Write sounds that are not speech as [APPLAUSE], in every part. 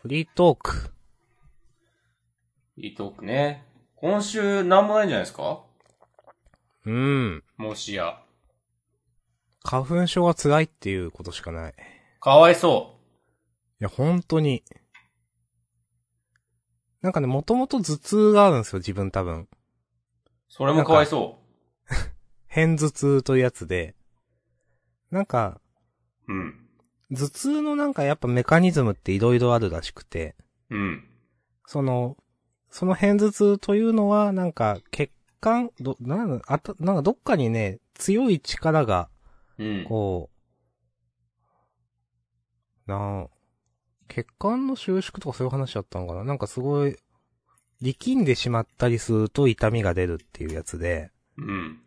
フリートーク。いいトークね。今週なんもないんじゃないですかうん。もしや。花粉症は辛いっていうことしかない。いかわいそや、本当に。なんかね、もともと頭痛があるんですよ、自分多分。う。それもかわいそ偏頭痛というやつで。なんか、う。うん。頭痛のなんかやっぱメカニズムって色々あるらしくて。うん。その、その偏頭痛というのは、なんか、血管、ど、なんだあた、なんかどっかにね、強い力が、うん。こう、なあ、血管の収縮とかそういう話だったのかななんかすごい、力んでしまったりすると痛みが出るっていうやつで、うん。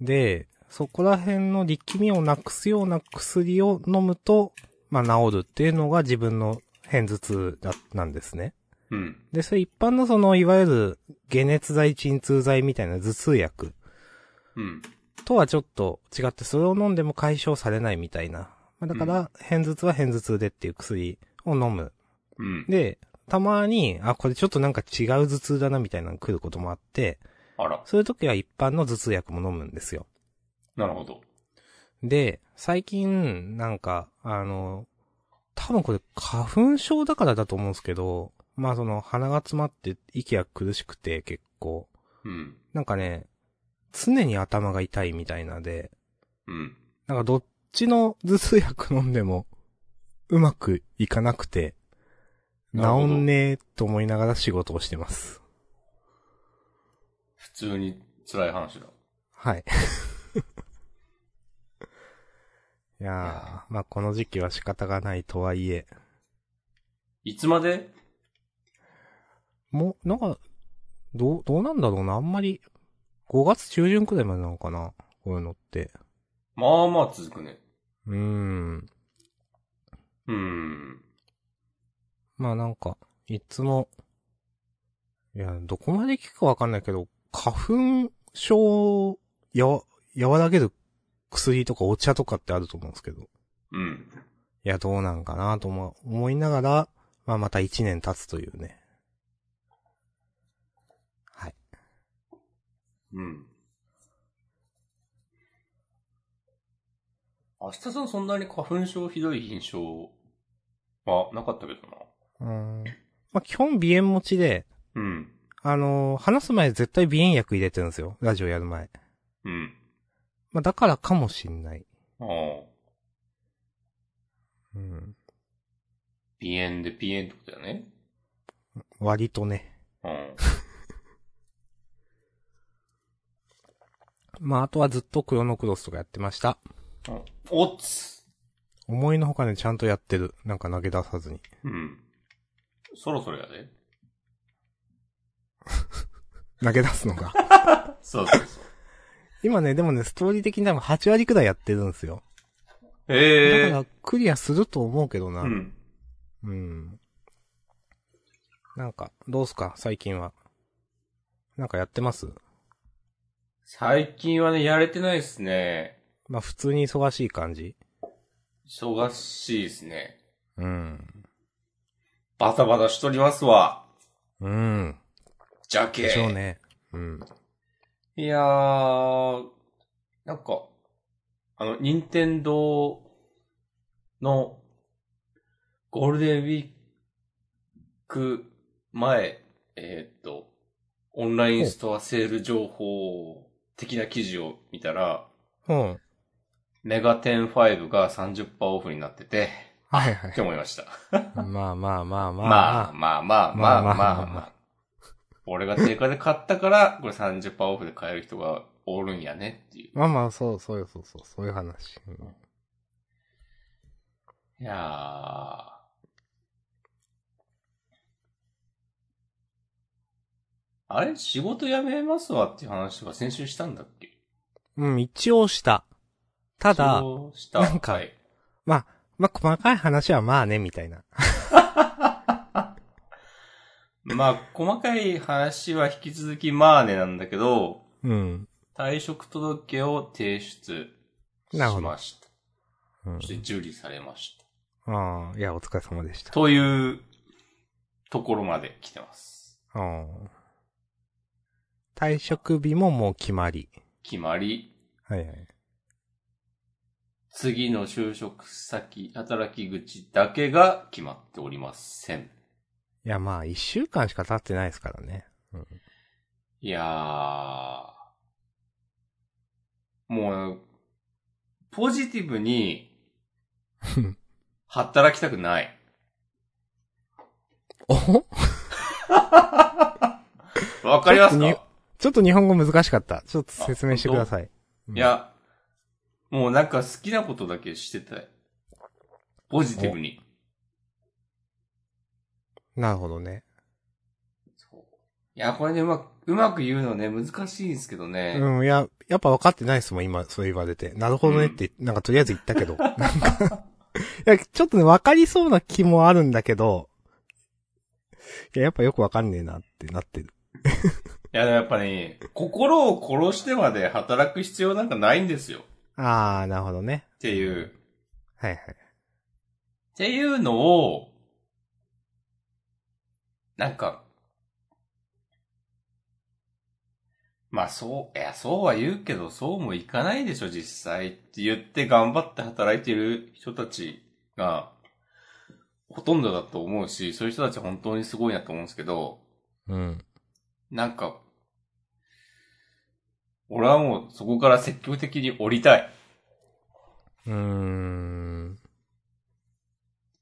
で、そこら辺の力みをなくすような薬を飲むと、まあ治るっていうのが自分の偏頭痛だ、なんですね。うん。で、それ一般のその、いわゆる、解熱剤、鎮痛剤みたいな頭痛薬うん。とはちょっと違って、それを飲んでも解消されないみたいな。まあ、だから、偏頭痛は偏頭痛でっていう薬を飲む。うん。で、たまに、あ、これちょっとなんか違う頭痛だなみたいなの来ることもあって、あら。そういう時は一般の頭痛薬も飲むんですよ。なるほど。で、最近、なんか、あの、多分これ花粉症だからだと思うんですけど、まあその鼻が詰まって息が苦しくて結構。うん。なんかね、常に頭が痛いみたいなで、うん。なんかどっちの頭痛薬飲んでも、うまくいかなくて、なるほ治どんねえと思いながら仕事をしてます。普通に辛い話だ。はい。 [LAUGHS] いやー、まあこの時期は仕方がないとはいえ、いつまでもう、なんか、どう、どうなんだろうな、あんまり、5月中旬くらいまでなのかな、こういうのって。まあまあ続くね。うーん。うん。まあなんか、いつも、いや、どこまで聞くかわかんないけど、花粉症をやわ、和らげる薬とかお茶とかってあると思うんですけど、いうん。や、どうなんかなとも思いながら、まあまた一年経つというね。はい。うん。明日さんそんなに花粉症ひどい印象はなかったけどな。うーん。まあ基本鼻炎持ちで、うん。あのー話す前絶対鼻炎薬入れてるんですよ。ラジオやる前。うん。まあだからかもしんない。ああ。うん。ピエンでピエンってことだよね。割とね。うん。まあ、あとはずっとクロノクロスとかやってました。おっつ思いのほかね、ちゃんとやってる。なんか投げ出さずに。うん。そろそろやで。投げ出すのが。そうそうそう。今ね、でもね、ストーリー的に多分8割くらいやってるんですよ。だへえから、クリアすると思うけどな。うん。うんなんか、どうすか、最近は。なんかやってます最近はね、やれてないっすね。まあ、普通に忙しい感じ。忙しいっすね。うん。バタバタしとりますわ。うん。じゃけでしょうね。うん。いやー、なんか、あの、任天堂のゴールデンウィーク前、えーっと、オンラインストアセール情報的な記事を見たら、うん。メガテン5が30%オフになってて、はいは [LAUGHS] って思いました。まあまあまあまあままああ。まあまあまあまあまあまあまあ。俺が定価で買ったから、これ30%オフで買える人がおるんやねっていう。まあまあ、そうそうよそうそう、そういう話。うんいやー。あれ仕事辞めますわっていう話とか先週したんだっけうん、一応した。ただ、そうした。なんかはいまあ、まあ、細かい話はまあね、みたいな。まあ、細かい話は引き続きまあねなんだけど、うん。退職届を提出しなるほどました。うんそして受理されました。ああ、いや、お疲れ様でした。というところまで来てます。うん。退職日ももう決まり。決まり、はいはい。次の就職先、働き口だけが決まっておりません。いや、まあ、一週間しか経ってないですからね。いやー。もう、ポジティブ [LAUGHS] にん、働きたくない。おわかりますちょっとかにちょっと日本語難しかった。ちょっと説明してください。うんい、や、もうなんか好きなことだけしてたい。ポジティブに。なるほどね。そういや、これね、うまく、うまく言うのね、難しいんですけどね。うん、いや、やっぱ分かってないですもん、今、そう言われて。なるほどねって、なんかとりあえず言ったけど。なんかいや、ちょっとね、分かりそうな気もあるんだけど、いや、やっぱよく分かんねえなってなってる。いや、やっぱね、心を殺してまで働く必要なんかないんですよ。っあー、なるほどね。ていう。はいはい。っていうのを、なんか、まあそう、いや、そうは言うけど、そうもいかないでしょ、実際って言って頑張って働いてる人たちが、ほとんどだと思うし、そういう人たち本当にすごいなと思うんですけど、うん。なんか、俺はもうそこから積極的に降りたい。うーん。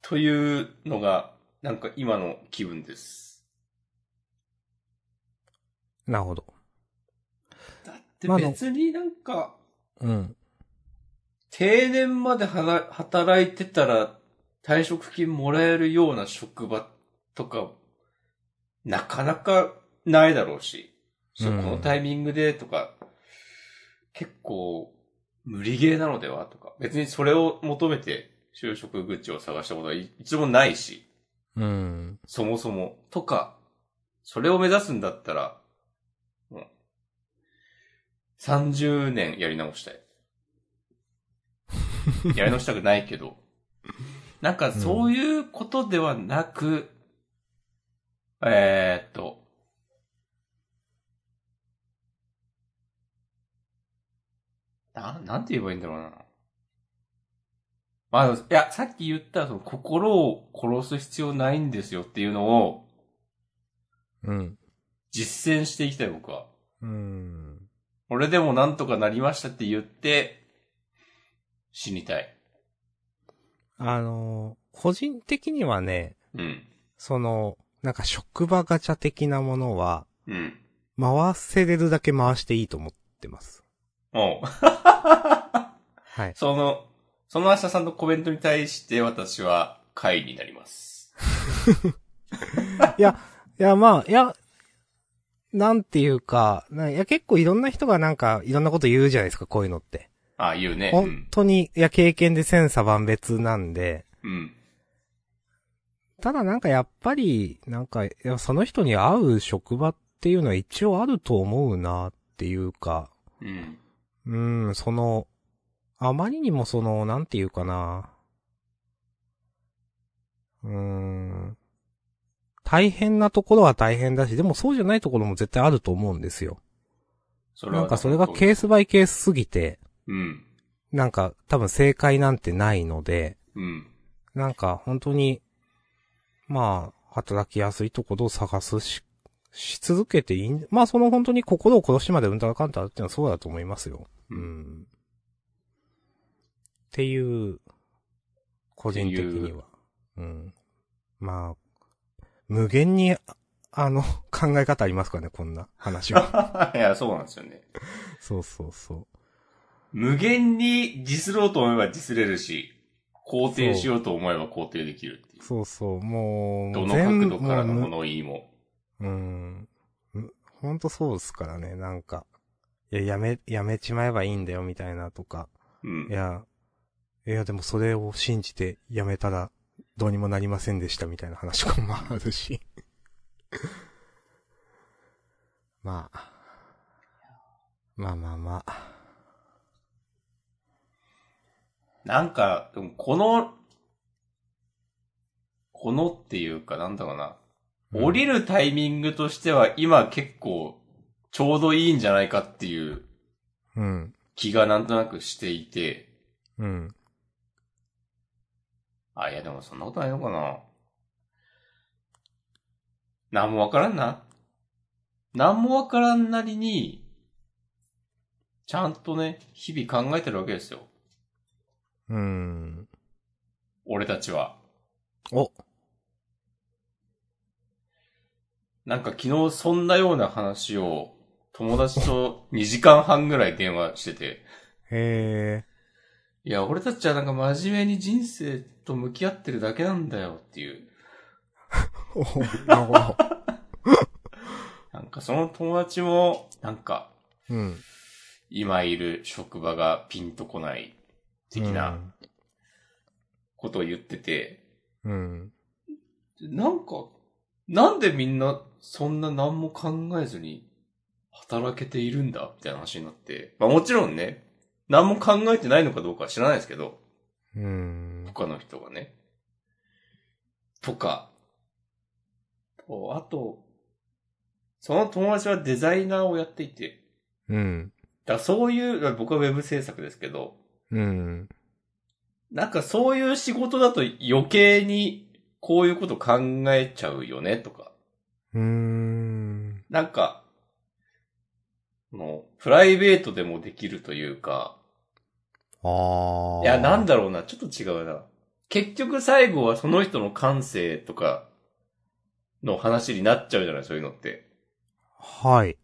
というのが、なんか今の気分です。なるほど。だってまああの別になんか、うん。定年まではな働いてたら退職金もらえるような職場とか、なかなかないだろうし、そううんこのタイミングでとか、結構無理ゲーなのではとか、別にそれを求めて就職口を探したことは一度もないし、うん。そもそも、とか、それを目指すんだったら、うん、30年やり直したい。やり直したくないけど。なんかそういうことではなく、えー、っと、な、なんて言えばいいんだろうな。まあ、いや、さっき言った、その、心を殺す必要ないんですよっていうのを、うん。実践していきたい、僕は。うん。俺でもなんとかなりましたって言って、死にたい。あのー個人的にはね、うん。その、なんか職場ガチャ的なものは、うん。回せれるだけ回していいと思ってます。お [LAUGHS] う。はい。その、その明日さんのコメントに対して私は、会になります。いや、まあ、いや、なんていうか、ないや、結構いろんな人がなんか、いろんなこと言うじゃないですか、こういうのって。ああ、言うね。う本ん。当に、いや、経験で千差万別なんで、うん。ただなんかやっぱり、なんか、いやその人に合う職場っていうのは一応あると思うなっていうか、うん。うん、その、あまりにもその、なんていうかな。うーん。大変なところは大変だし、でもそうじゃないところも絶対あると思うんですよ。そなんかそれがけケースバイケースすぎて、うん。なんか多分正解なんてないので、うん。なんか本当に、まあ、働きやすいところを探すし、し続けていいん、まあその本当に心を殺しまでうんたらかんたらっていうのはそうだと思いますよ。う。うんん。っていう、個人的には。うん。まあ、無限に、ああの、 [LAUGHS] 考え方ありますからね、こんな話 [LAUGHS] は。 [LAUGHS] いや、そうなんですよね。そうそうそ。無限にディスろうと思えばディスれるし、肯定しようと思えば肯定できるっていうそうそう、もう、う。どの角度全部からのもう物言いも。うん。むほんとそうですからね、なんか。いや、やめ、やめちまえばいいんだよ、みたいなとか。うんい。や、いや、でもそれを信じてやめたら、どうにもなりませんでしたみたいな話とかもあるし。 [LAUGHS] まあ。まあまあまあ。なんか、でもこの、このっていうか、なんだろうな。うん降りるタイミングとしては今結構ちょうどいいんじゃないかっていううん。気がなんとなくしていて、うん。あ、いやでもそんなことないのかな。なんもわからんな。なんもわからんなりに、ちゃんとね、日々考えてるわけですよ。うん。俺たちは。おなんか昨日そんなような話を友達と2時間半ぐらい電話してて。 [LAUGHS] へえ。いや、俺たちはなんか真面目に人生と向き合ってるだけなんだよっていう。おなるほど。なんかその友達も、なんかうん。今いる職場がピンとこない的なことを言ってて、うん。うん。なんか、なんでみんなそんな何も考えずに働けているんだみたいな話になって。まあもちろんね、何も考えてないのかどうかは知らないですけど、うん。他の人がね。とか、とあと、その友達はデザイナーをやっていて、うん。だからそういう、僕はウェブ制作ですけど、うん。なんかそういう仕事だと余計にこういうこと考えちゃうよねとか、うん。なんか、もう、プライベートでもできるというか、ああ。いや、なんだろうな、ちょっと違うな。結局最後はその人の感性とかの話になっちゃうじゃない、そういうのって。はい。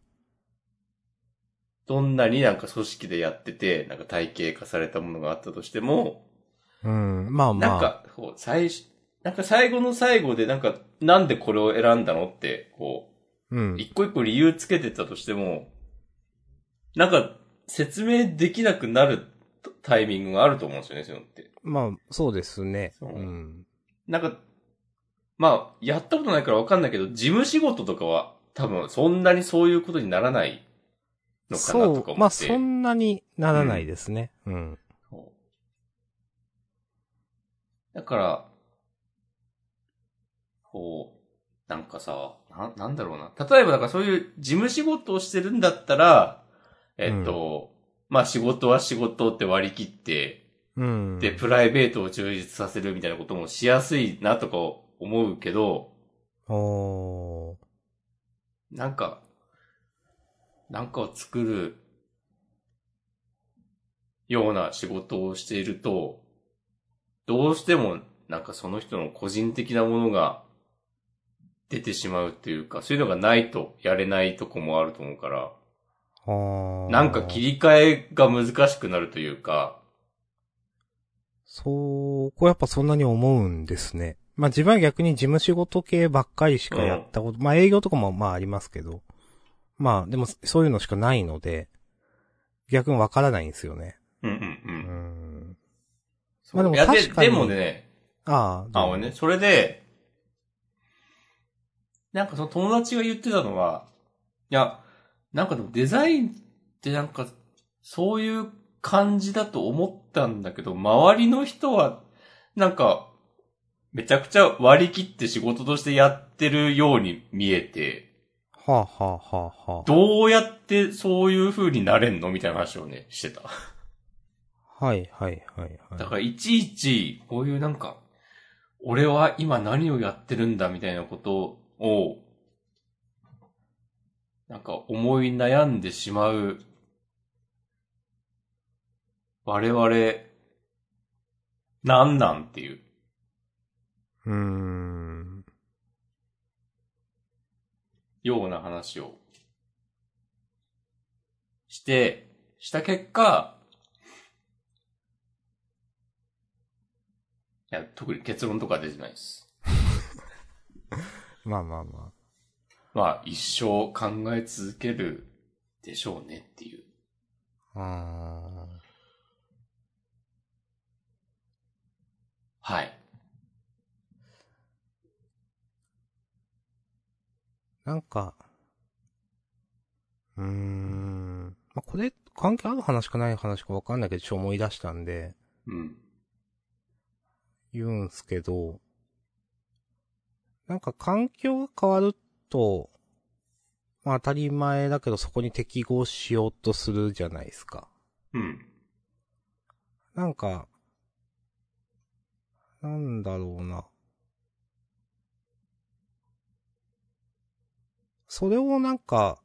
どんなになんか組織でやってて、なんか体系化されたものがあったとしても、うん。まあまあ。なんか、こう、最初、なんか最後の最後で、なんか、なんでこれを選んだのって、こうう、ん。一個一個理由つけてったとしても、なんか、説明できなくなるタイミングがあると思うんですよね、そういうのって。まあ、そうですね。そううん。なんか、まあ、やったことないからわかんないけど、事務仕事とかは、多分、そんなにそういうことにならないのかなとか思っそて。う。まあ、そんなにならないですね。うん。そうだから、こう、なんかさ、な、なんだろうな。例えば、だからそういう事務仕事をしてるんだったら、えっと、まあ仕事は仕事って割り切って、うん。で、プライベートを充実させるみたいなこともしやすいなとか思うけど、おー。なんか、なんかを作るような仕事をしていると、どうしてもなんかその人の個人的なものが出てしまうっていうか、そういうのがないとやれないとこもあると思うから、あーなんか切り替えが難しくなるというか、そう、こうやっぱそんなに思うんですね。まあ自分は逆に事務仕事系ばっかりしかやったこと、まあ営業とかもまあありますけど、まあでもそういうのしかないので、逆にわからないんですよね。うんうんう。うんん。そまうあでもいや確かにでもね、ああ、あ、俺ね、。それで、なんかその友達が言ってたのは、いや、なんかでもデザインってなんか、そういう感じだと思ったんだけど、周りの人は、なんか、めちゃくちゃ割り切って仕事としてやってるように見えて、はあ、はあはあはどうやってそういう風になれんのみたいな話をね、してた。あ、はいはいはいはい。だからいちいち、こういうなんか、俺は今何をやってるんだみたいなことを、なんか思い悩んでしまう、我々、なんなんっていう。うーん。ような話をして、した結果、いや、特に結論とか出てないです。まあまあままあ、一生考え続けるでしょうねっていう。あ。あーはい。なんか、うーん。まあこれ関係ある話かない話かわかんないけど、ちょっと思い出したんで、うん。言うんすけど、なんか環境が変わると、まあ当たり前だけどそこに適合しようとするじゃないですか。うん。なんか、なんだろうな。それをなんか、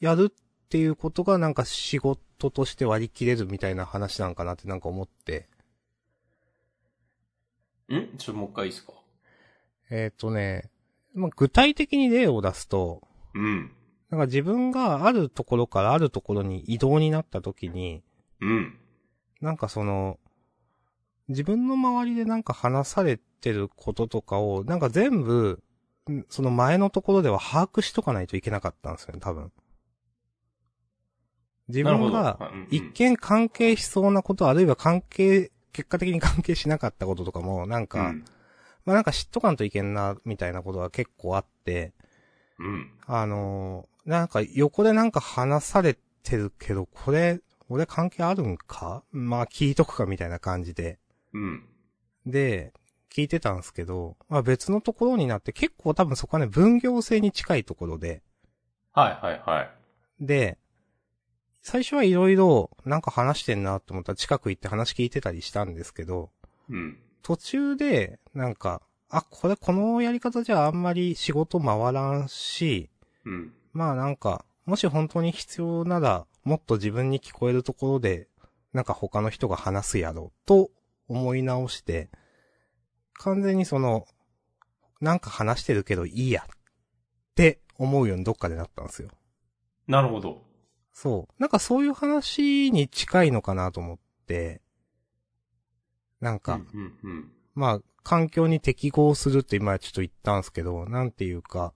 やるっていうことがなんか仕事として割り切れるみたいな話なんかなってなんか思って。んちょっともう一回いいですかえっ、とね、まあ、具体的に例を出すと、うん。なんか自分があるところからあるところに移動になった時に、うん。なんかその、自分の周りでなんか話されてることとかを、なんか全部、んその前のところでは把握しとかないといけなかったんですよね、多分。自なるほ分ど。が、はいうん一見関係しそうなこと、あるいは関係、結果的に関係しなかったこととかも、なんうか、ん。まあなんか知っとかんといけんな、みたいなことが結構あって、うん。あのーなんか横でなんか話されてるけど、これ、俺関係あるんかまあ聞いとくかみたいな感じで。うん。で、聞いてたんですけど、まあ別のところになって結構多分そこはね、分業制に近いところで。はいはいはい。で、最初はいろいろなんか話してんなと思ったら近く行って話聞いてたりしたんですけど、うん。途中で、なんか、あ、これこのやり方じゃあんまり仕事回らんし、うん。まあなんか、もし本当に必要なら、もっと自分に聞こえるところで、なんか他の人が話すやろ、と思い直して、完全にその、なんか話してるけどいいや、って思うようにどっかでなったんですよ。なるほど。そう。なんかそういう話に近いのかなと思って、なんうか、ん。うん。うん。まあ、環境に適合するって今ちょっと言ったんですけど、なんていうか、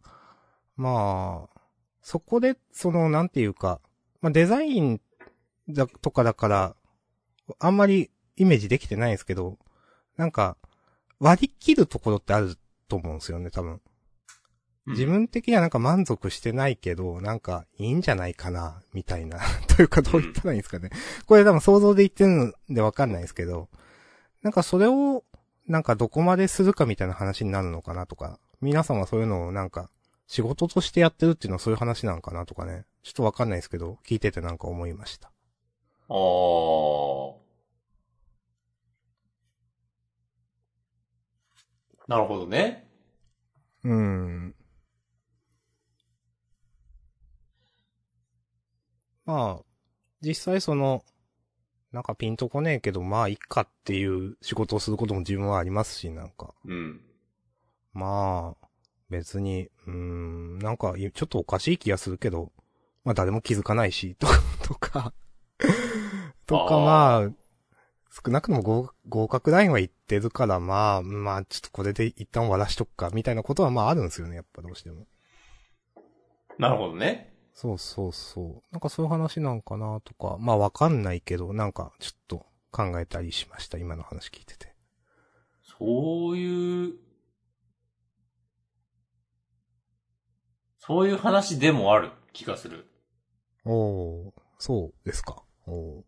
まあ、そこで、その、なんていうか、まあデザインだとかだから、あんまりイメージできてないんですけど、なんか、割り切るところってあると思うんですよね、多分。うん自分的にはなんか満足してないけど、なんかいいんじゃないかな、みたいな。 [LAUGHS] というかどう言ったらいいんですかね。これ多分想像で言ってるんでわかんないですけど、なんかそれを、なんかどこまでするかみたいな話になるのかなとか、皆さんはそういうのをなんか、仕事としてやってるっていうのはそういう話なんかなとかね。ちょっとわかんないですけど、聞いててなんか思いました。あー。なるほどね。うーん。まあ、実際その、なんかピンとこねえけど、まあ、いっかっていう仕事をすることも自分はありますし、なんか。うん。まあ、別に、うーん、なんか、いちょっとおかしい気がするけど、まあ誰も気づかないし、とか、 [LAUGHS] とか、とかあーまあ、少なくとも合合格ラインは行ってるから、まあ、まあ、ちょっとこれで一旦終わらしとくか、みたいなことはまああるんですよね、やっぱどうしても。なるほどね。そうそうそう。なんかそういう話なんかな、とか、まあわかんないけど、なんかちょっと考えたりしました、今の話聞いてて。そういう、そういう話でもある気がする。おー、そうですか。おー。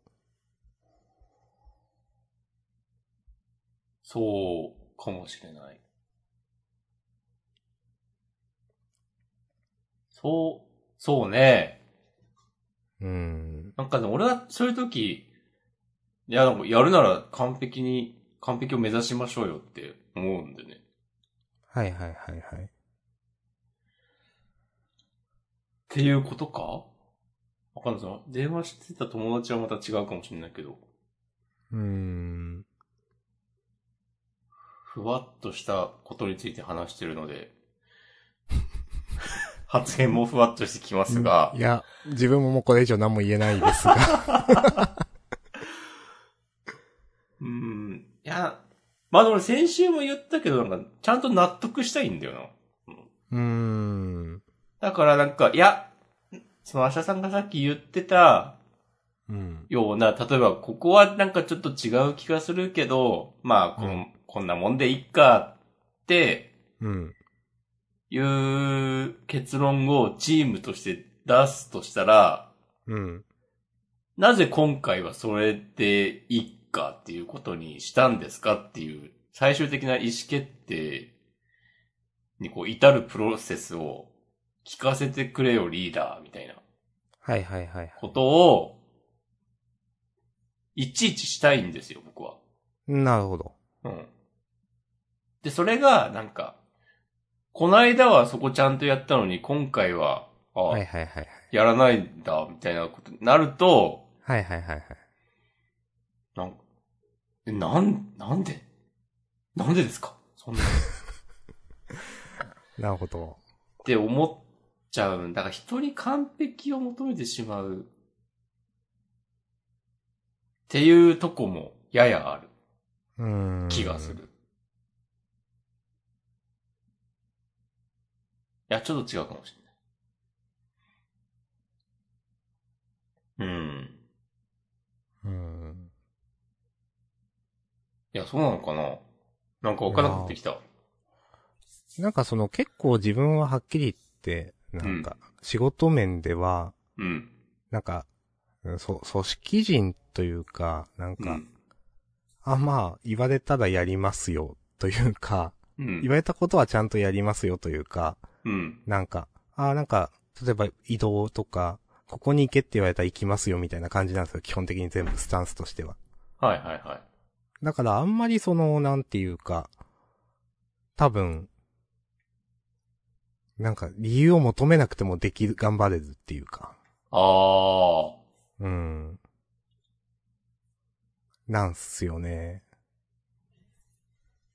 そうかもしれない。そう、そうね。うーん。なんかね、俺はそういう時、いや、なんかやるなら完璧に、完璧を目指しましょうよって思うんでね。はいはいはいはい。っていうことかわかんないぞ。電話してた友達はまた違うかもしれないけど、うーん。ふわっとしたことについて話してるので、 [LAUGHS] 発言もふわっとしてきますがい、や、自分ももうこれ以上何も言えないですが。 [LAUGHS] うーん。いや、まあでも先週も言ったけど、なんか、ちゃんと納得したいんだよな。うーん。だからなんか、いや、そのアシャさんがさっき言ってたうん。ような、例えばここはなんかちょっと違う気がするけど、まあこん、うこんなもんでいっかってうん。いう結論をチームとして出すとしたら、うん。なぜ今回はそれでいいかっていうことにしたんですかっていう最終的な意思決定にこう至るプロセスを聞かせてくれよリーダーみたいなはいはいはいはい。ことを、いちいちしたいんですよ、僕は。なるほど。うん。で、それが、なんか、こないだはそこちゃんとやったのに、今回は、あ、はいはいはいはい。やらないんだ、みたいなことになると、はいはいはいはい。なんか、えなん、なんでなんでですかそんな。なるほど。って思っちゃうんだから人に完璧を求めてしまう。っていうとこもややあるうーん。気がする。。いや、ちょっと違うかもしれない。うん。うん。いや、そうなのかななんかわからなくなってきた。なんかその結構自分ははっきり言って、なんか、仕事面では、うん。なんか、うんそ、組織人というか、なんうか、ん。あ、まあ、言われたらやりますよ、というか、うん言われたことはちゃんとやりますよというか、うん。なんか、ああ、なんか、例えば移動とか、ここに行けって言われたら行きますよみたいな感じなんですよ。基本的に全部スタンスとしては。はいはいはい。だからあんまりその、なんていうか、多分、なんか理由を求めなくてもできる、頑張れるっていうか。ああ。うん。なんすよね。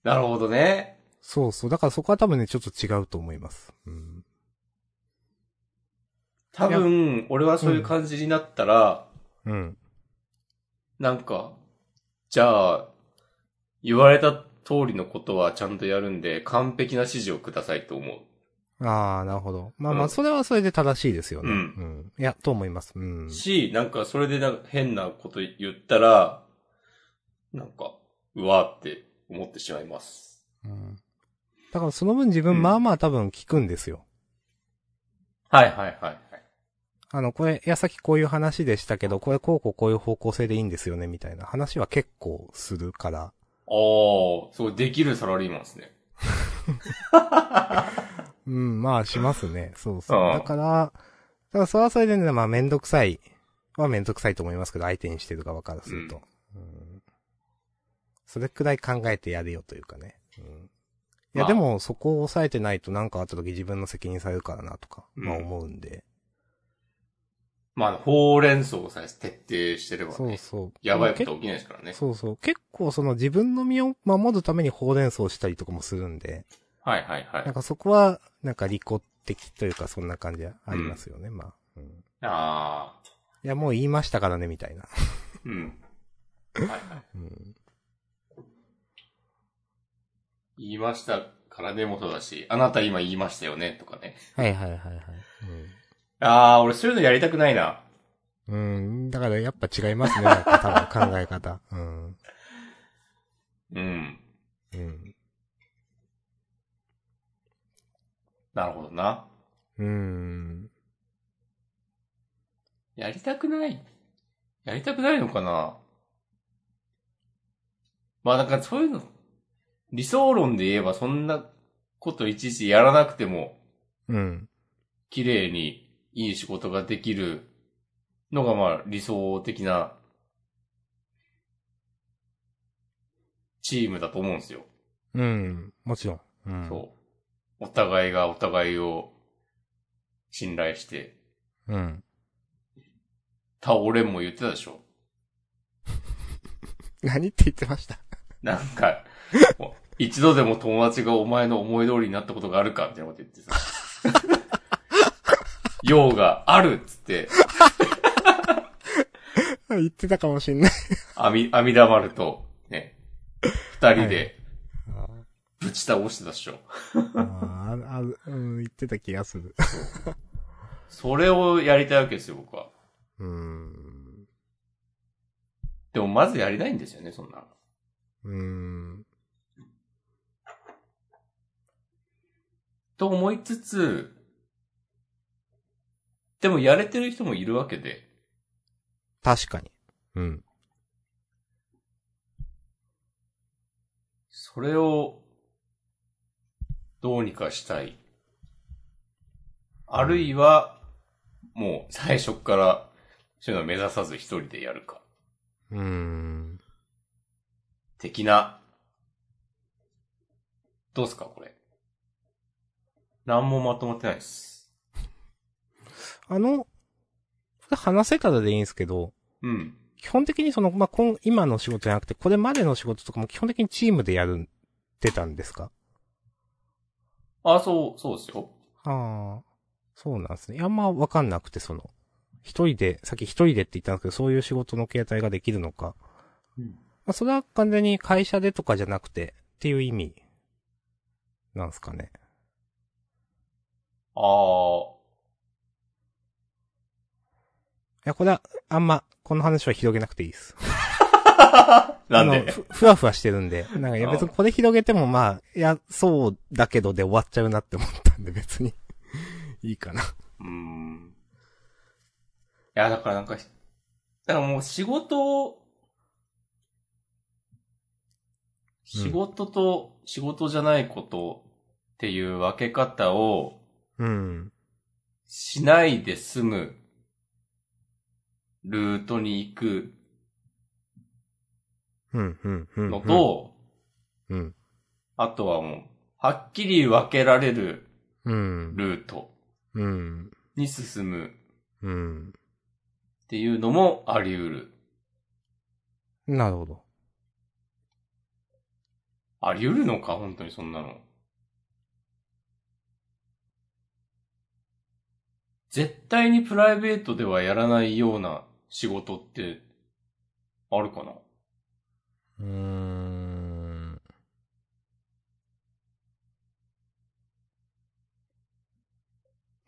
なるほどね。そうそう。だからそこは多分ね、ちょっと違うと思います。うん。多分、俺はそういう感じになったら、うん。なんか、じゃあ、言われた通りのことはちゃんとやるんで、完璧な指示をくださいと思う。ああ、なるほど。まあまうあ、んそれはそれで正しいですよね。うんうん。いや、と思います。うん。し、なんかそれでなんか変なこと言ったら、なんか、うわーって思ってしまいます。うんだからその分自う分、んまあまあ多分聞くんですよ。はいはいはいはい。あの、これ、いや、さっきこういう話でしたけど、これこうこうこういう方向性でいいんですよね、みたいな話は結構するから。ああ、すごいできるサラリーマンですね。うん、まあしますね。そうそうう。んだから、だからそれはそれでね、まあめんどくさいはめんどくさいと思いますけど、相手にしてる側からすると。うんそれくらい考えてやれよというかね。うん、いまあや、でもそこを抑えてないと何かあった時自分の責任されるからなとか、うんまあ思うんで。まあ、ほうれん草さえ徹底してればそうね、そう。やばいこと起きないですからね。そうそう。結構その自分の身を守るためにほうれん草したりとかもするんで、はいはいはい。なんかそこは、なんか利己的というかそんな感じはありますよね、まあ、うん。いああ、や、もう言いましたからね、みたいな。うん。はいはい。うん。言いましたからねもそうだし、あなた今言いましたよねとかね。はいはいはいはい。ああ、俺そういうのやりたくないな。うん。うん、だからやっぱ違いますね、なんか多分考え方。うん。うん。うん。なるほどな。うん。やりたくないやりたくないのかなまあなんかそういうの、理想論で言えばそんなこといちいちやらなくても、うん。綺麗にいい仕事ができるのがまあ理想的なチームだと思うんですよ。うん。もちろん。うん。そう。お互いがお互いを信頼して、う。うん。た、俺も言ってたでしょ。何って言ってました [LAUGHS] なんか、もう一度でも友達がお前の思い通りになったことがあるかみたいなこと言ってさ。 [LAUGHS] 用があるっつって、言ってたかもしんない。あみ、あみだまると、ね、二人はでぶち倒してたでしょ。あーあ、うん、言ってた気がする。それをやりたいわけですよ、僕は。うん。でもまずやりないんですよね、そんなの。うーん。と思いつつ、でもやれてる人もいるわけで、確かに。うん。それを、どうにかしたい。あるいは、もう最初から、そういうのは目指さず一人でやるか。うーん。的な。どうすか、これ。何もまとまってないです。あの、話せ方でいいんですけど、うん。基本的にその、まあ、今、今の仕事じゃなくて、これまでの仕事とかも基本的にチームでやる、ってたんですかあ、そう、そうですよ。ああ、そうなんですね。いやあんまわかんなくて、その、一人で、さっき一人でって言ったんですけど、そういう仕事の形態ができるのか。うんまあ、それは完全に会社でとかじゃなくて、っていう意味、なんですかね。ああ、いや、これは、あんま、この話は広げなくていいです。あなんのでふふわふわしてるんで。なんか、いやああ別にこれ広げてもまあ、いや、そうだけどで終わっちゃうなって思ったんで、別に、 [LAUGHS] いいかな。うーん。いや、だからなんか、だからもう仕事を、仕事と仕事じゃないことっていう分け方をうん。しないで済むルートに行くうん、うん、うん。のと、うん、あとはもう、はっきり分けられるうん、ルートうん、に進むうん。っていうのもあり得る。なるほど。あり得るのか本当にそんなの。絶対にプライベートではやらないような仕事って、あるかなうーん。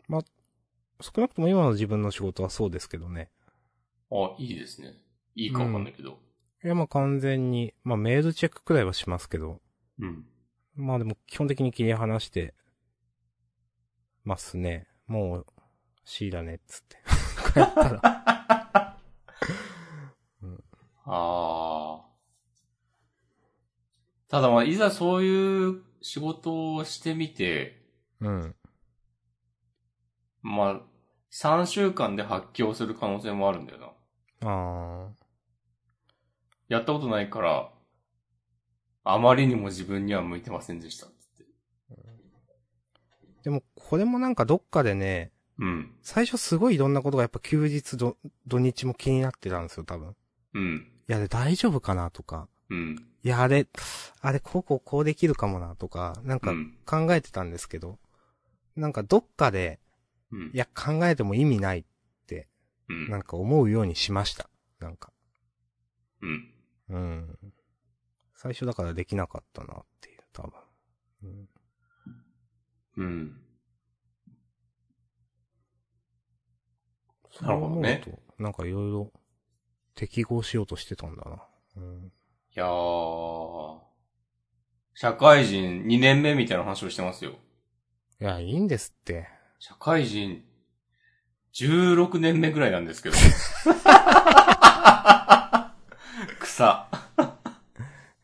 ま、少なくとも今の自分の仕事はそうですけどね。あ、いいですね。いいかわかんないけど。いや、まあ、完全に、まあ、メールチェックくらいはしますけど、うん。まあでも基本的に切り離してますね。もう、C だね、っつって。こうやったら。ああ。ただまあ、いざそういう仕事をしてみて、 [LAUGHS] うん。まあ、3週間で発狂する可能性もあるんだよな。あやったことないから、あまりにも自分には向いてませんでしたっつって。ー。でも、これもなんかどっかでね、うん。最初すごいいろんなことがやっぱ休日ど、土日も気になってたんですよ、多分。うん。いや、で大丈夫かなとか。うん。いや、あれ、あれ、こうこうこうできるかもなとか、なんうかん。考えてたんですけど、なんかどっかで、うんい。や、考えても意味ない、うんなんか思うようにしました。なんか。うん。うん。最初だからできなかったなっていう、多分。うん、うん。なるほどねそう思うと。なんかいろいろ適合しようとしてたんだな。うん。いやー。社会人2年目みたいな話をしてますよ。いや、いいんですって。社会人16年目ぐらいなんですけど。 [LAUGHS] 草。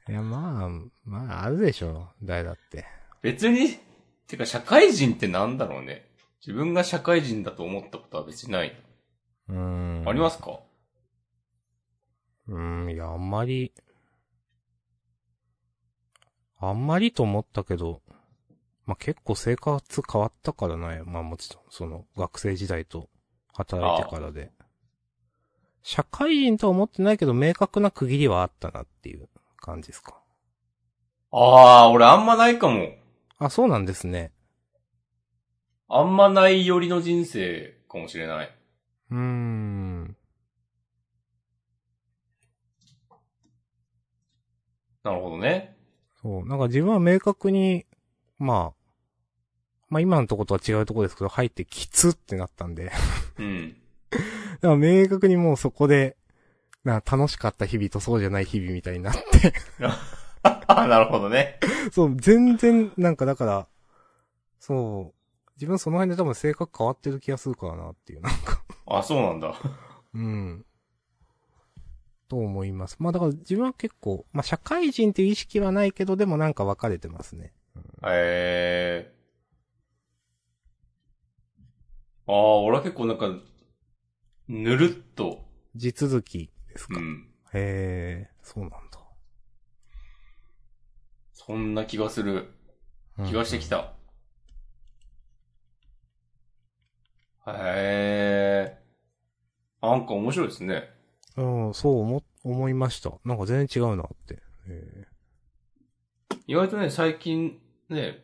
いや、まあ、まあ、あるでしょう。誰だって。別に、てか社会人ってなんだろうね。自分が社会人だと思ったことは別にない。うん。ありますかうん、いや、あんまり、あんまりと思ったけど、まあ、結構生活変わったからね。まあ、もちろん、その、学生時代と働いてからで。社会人とは思ってないけど、明確な区切りはあったなっていう感じですか。あー、俺あんまないかも。あ、そうなんですね。あんまないよりの人生かもしれない。うーん。なるほどね。そう。なんか自分は明確に、まあ、まあ今のとことは違うとこですけど、入ってきつってなったんで。うん。だから明確にもうそこで、な楽しかった日々とそうじゃない日々みたいになって。 [LAUGHS] なるほどね。そう、全然、なんかだから、そう、自分その辺で多分性格変わってる気がするからなっていう、なん [LAUGHS] か。あ、そうなんだ。うん。と思います。まあだから自分は結構、まあ社会人っていう意識はないけど、でもなんか分かれてますね。えー。ああ、俺は結構なんか、ぬるっと、地続きですうか。ん。へえ、そうなんだ。そんな気がする。気がしてきた。へえ。なんか面白いですね。うん。うん、そう思、思いました。なんか全然違うなって。へ意外とね、最近、ね、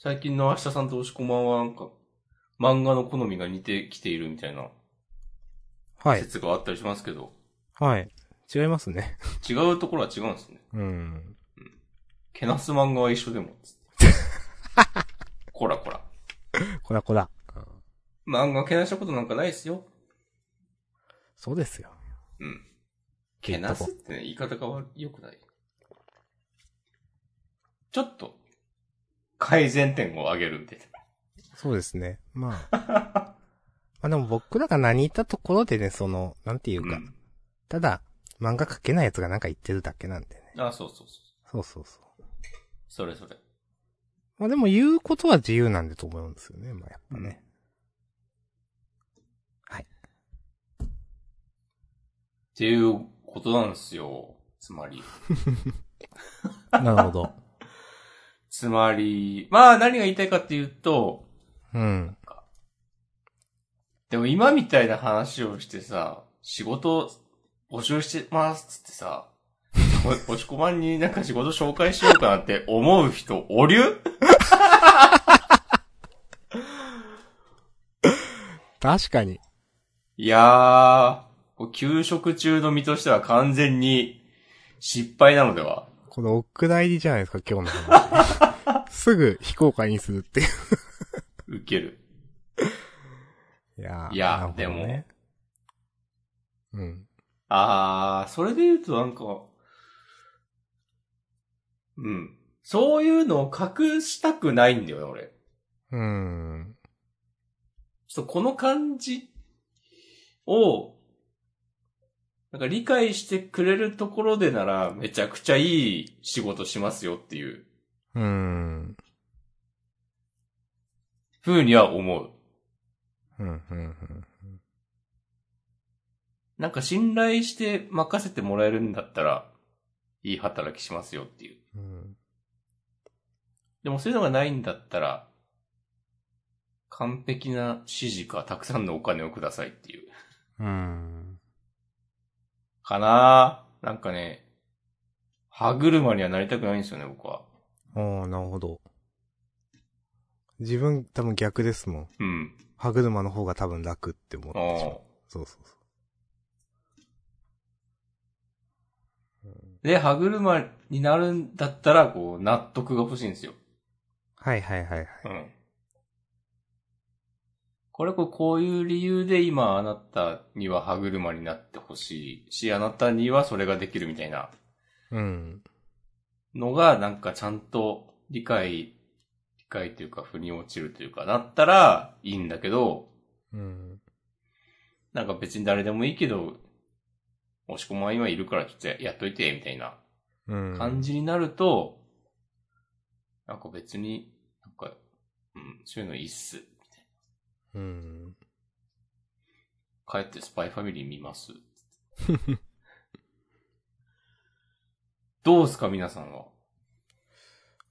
最近の明日さんと押し込まんはなんか、漫画の好みが似てきているみたいなーはい。説があったりしますけど、はい。違いますね。違うところは違うんですね。うん。けなす漫画は一緒でも。つってこらこら。こらこら。漫画けなしたことなんかないですよ。そうですよ。うん。けなすってね、言い方が悪良くない。ちょっと、改善点を上げるみたいな。そうですね。ま [LAUGHS] あ。まあでも僕らが何言ったところでね、その、なんていうか、ただ、漫画描けないやつがなんか言ってるだけなんでね。うんあ、そうそうそう。そうそうそう。それそれ。まあでも言うことは自由なんでと思うんですよね。まあやっぱね。っていうことなんですよ。つまり。なるほど。つまり、まあ何が言いたいかっていうと、 [LAUGHS] うん。でも今みたいな話をしてさ、仕事募集してますっつってさ、 [LAUGHS] お、押し込まんになんか仕事紹介しようかなって思う人、おりゅう確かに。いやー、こう休職中の身としては完全に失敗なのではこのお蔵入りじゃないですか、今日の話。 [LAUGHS] すぐ非公開にするっていう。受ける。いやーいやなるほどね。うん。あー、それで言うとなんか、うん。そういうのを隠したくないんだよね、俺。うん。ちょっとこの感じを、なんか理解してくれるところでなら、めちゃくちゃいい仕事しますよっていううん。風には思う。うん、うん、うん。なんか信頼して任せてもらえるんだったら、いい働きしますよっていう。うん。でもそういうのがないんだったら、完璧な指示かたくさんのお金をくださいっていう。うん。かなぁ。なんかね、歯車にはなりたくないんですよね、僕は。ああ、なるほど。自分多分逆ですもん。うん。歯車の方が多分楽って思っあてしまあう。。そうそうそで、歯車になるんだったら、こう、納得が欲しいんですよ。う。はいはいはいはい。うん。これ、こうこういう理由で今、あなたには歯車になってほしいし、あなたにはそれができるみたいなうん。のが、なんかちゃんと理解、理解というか、腑に落ちるというか、なったらいいんだけど、うん。なんか別に誰でもいいけど、押し込まん今いるからちょっとややっといて、みたいなうん。感じになると、なんか別に、なんか、うん、そういうのいいっす。うん。帰ってスパイファミリー見ます。どうすか、皆さんは。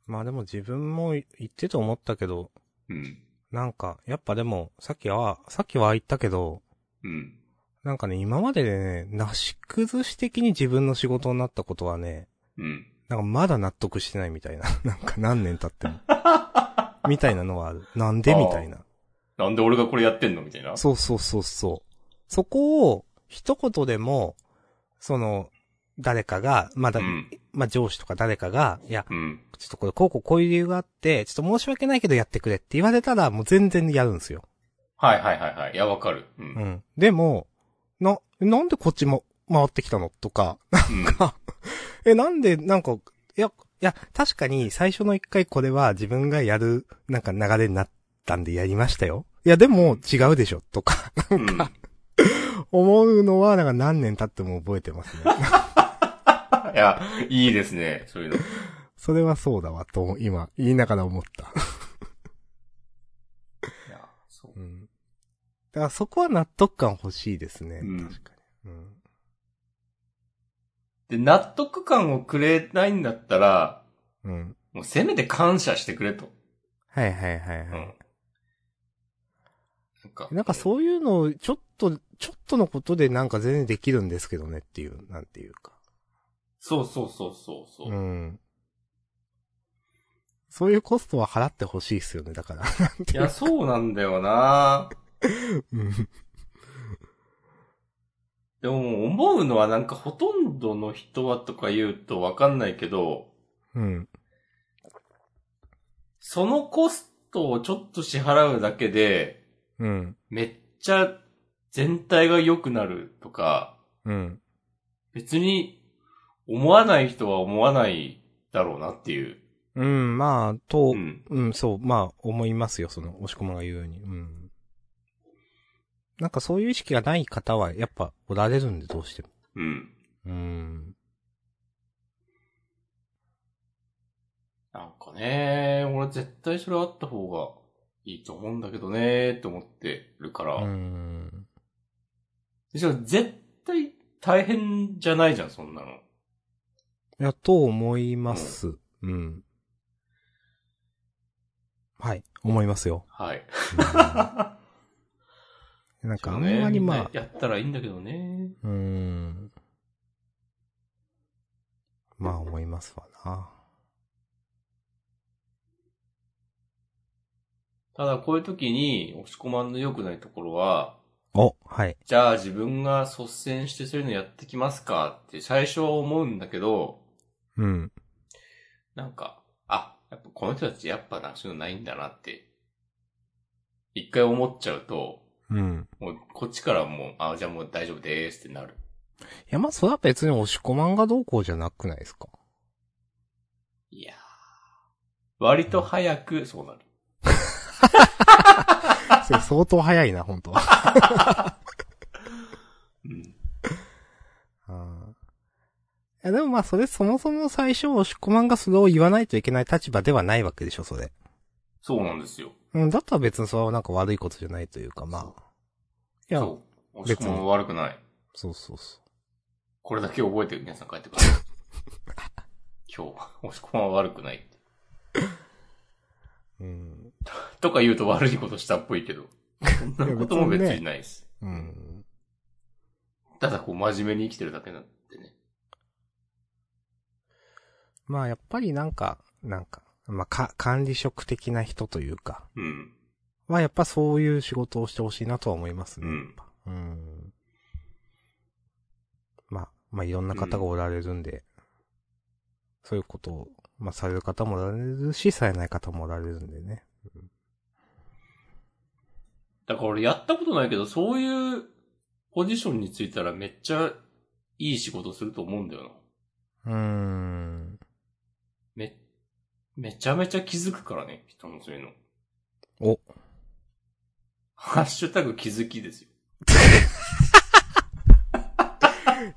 まあでも自分も言ってと思ったけど、うん。なんか、やっぱでも、さっきは、さっきは言ったけど、うん。なんかね、今まででね、なし崩し的に自分の仕事になったことはね、うん。なんかまだ納得してないみたいな。 [LAUGHS] なんか何年経って [LAUGHS] も。みたいなのはある。なんであーみたいな。なんで俺がこれやってんのみたいな。そうそうそうそう。そこを、一言でも、その、誰かが、まあだ、うん。まあ上司とか誰かが、いや、うん。ちょっとこれこうこうこういう理由があって、ちょっと申し訳ないけどやってくれって言われたら、もう全然やるんですよ。はいはいはいはい。いや、わかる。うん。ううんん。でも、な、なんでこっちも回ってきたのとか、え、なんで、なんか、いや、いや、確かに最初の一回これは自分がやる、なんか流れになったんでやりましたよ。いや、でも違うでしょ、とか、 [LAUGHS] うん。思うのは、なんか何年経っても覚えてますね。 [LAUGHS] いや、いいですね。そういうの。それはそうだわと、今、言いながら思った。いや、そうう。ん。だからそこは納得感欲しいですね。うん確かに。うん。で、納得感をくれないんだったら、うん。もうせめて感謝してくれと。はいはいはいはい。うん。なんか、なんかそういうのを、ちょっと、ちょっとのことでなんか全然できるんですけどねっていう、なんていうか。そうそうそうそうそうう、ん。そういうコストは払ってほしいですよね、だ [LAUGHS] から。なんていいうや、そうなんだよなうんでも思うのはなんかほとんどの人はとか言うとわかんないけど、うん。そのコストをちょっと支払うだけで、うん。めっちゃ全体が良くなるとか、うん。別に思わない人は思わないだろうなっていう。うん、まあ、と、う、うんん。そう、まあ、思いますよ、その、押し込まが言うように。うん。なんかそういう意識がない方は、やっぱ、おられるんで、どうしても。うん。うん。なんかね、俺絶対それあった方がいいと思うんだけどね、と思ってるから。うん。でしかも絶対大変じゃないじゃん、そんなの。いや、と思います。うん。はい、思いますよ。はい。 [LAUGHS] うんなんか、あんまりまあね、みんなやったらいいんだけどね。うーん。まあ思いますわな。ただこういう時に、押し込まんの良くないところは、お、はい。じゃあ自分が率先してそういうのやってきますかって最初は思うんだけど、うん。なんか、あ、やっぱこの人たちやっぱな、そういうのないんだなって、一回思っちゃうと、うん。もうこっちからもう、あ、じゃあもう大丈夫でーすってなる。いや、まあそれは別に押し込まんがどうこうじゃなくないですか。いやー。割と早く、そうなる。 [LAUGHS] それ相当早いな、本当は。うん。うんいや、でもまあそれそもそも最初押し込まんがそれを言わないといけない立場ではないわけでしょ、それ。そうなんですよ。うん、だったら別にそれはなんか悪いことじゃないというか、まあ。いや、そうそう。押し込まんは悪くない。そうそうこれだけ覚えて皆さん帰ってください。今日、押し込まんは悪くない。うん。とか言うと悪いことしたっぽいけど。そんなことも別にないです。うん。ただこう真面目に生きてるだけなんでね。まあやっぱりなんか、なんか、まあか、管理職的な人というか。うん。はやっぱそういう仕事をしてほしいなとは思いますうね。ん。うん。まあ、まあいろんな方がおられるんで、そういうことを、まあされる方もおられるし、されない方もおられるんでね。だから俺やったことないけど、そういうポジションについたらめっちゃいい仕事すると思うんだよな。うーん。め、めちゃめちゃ気づくからね、人のそういうの。お。ハッシュタグ気づきですよ。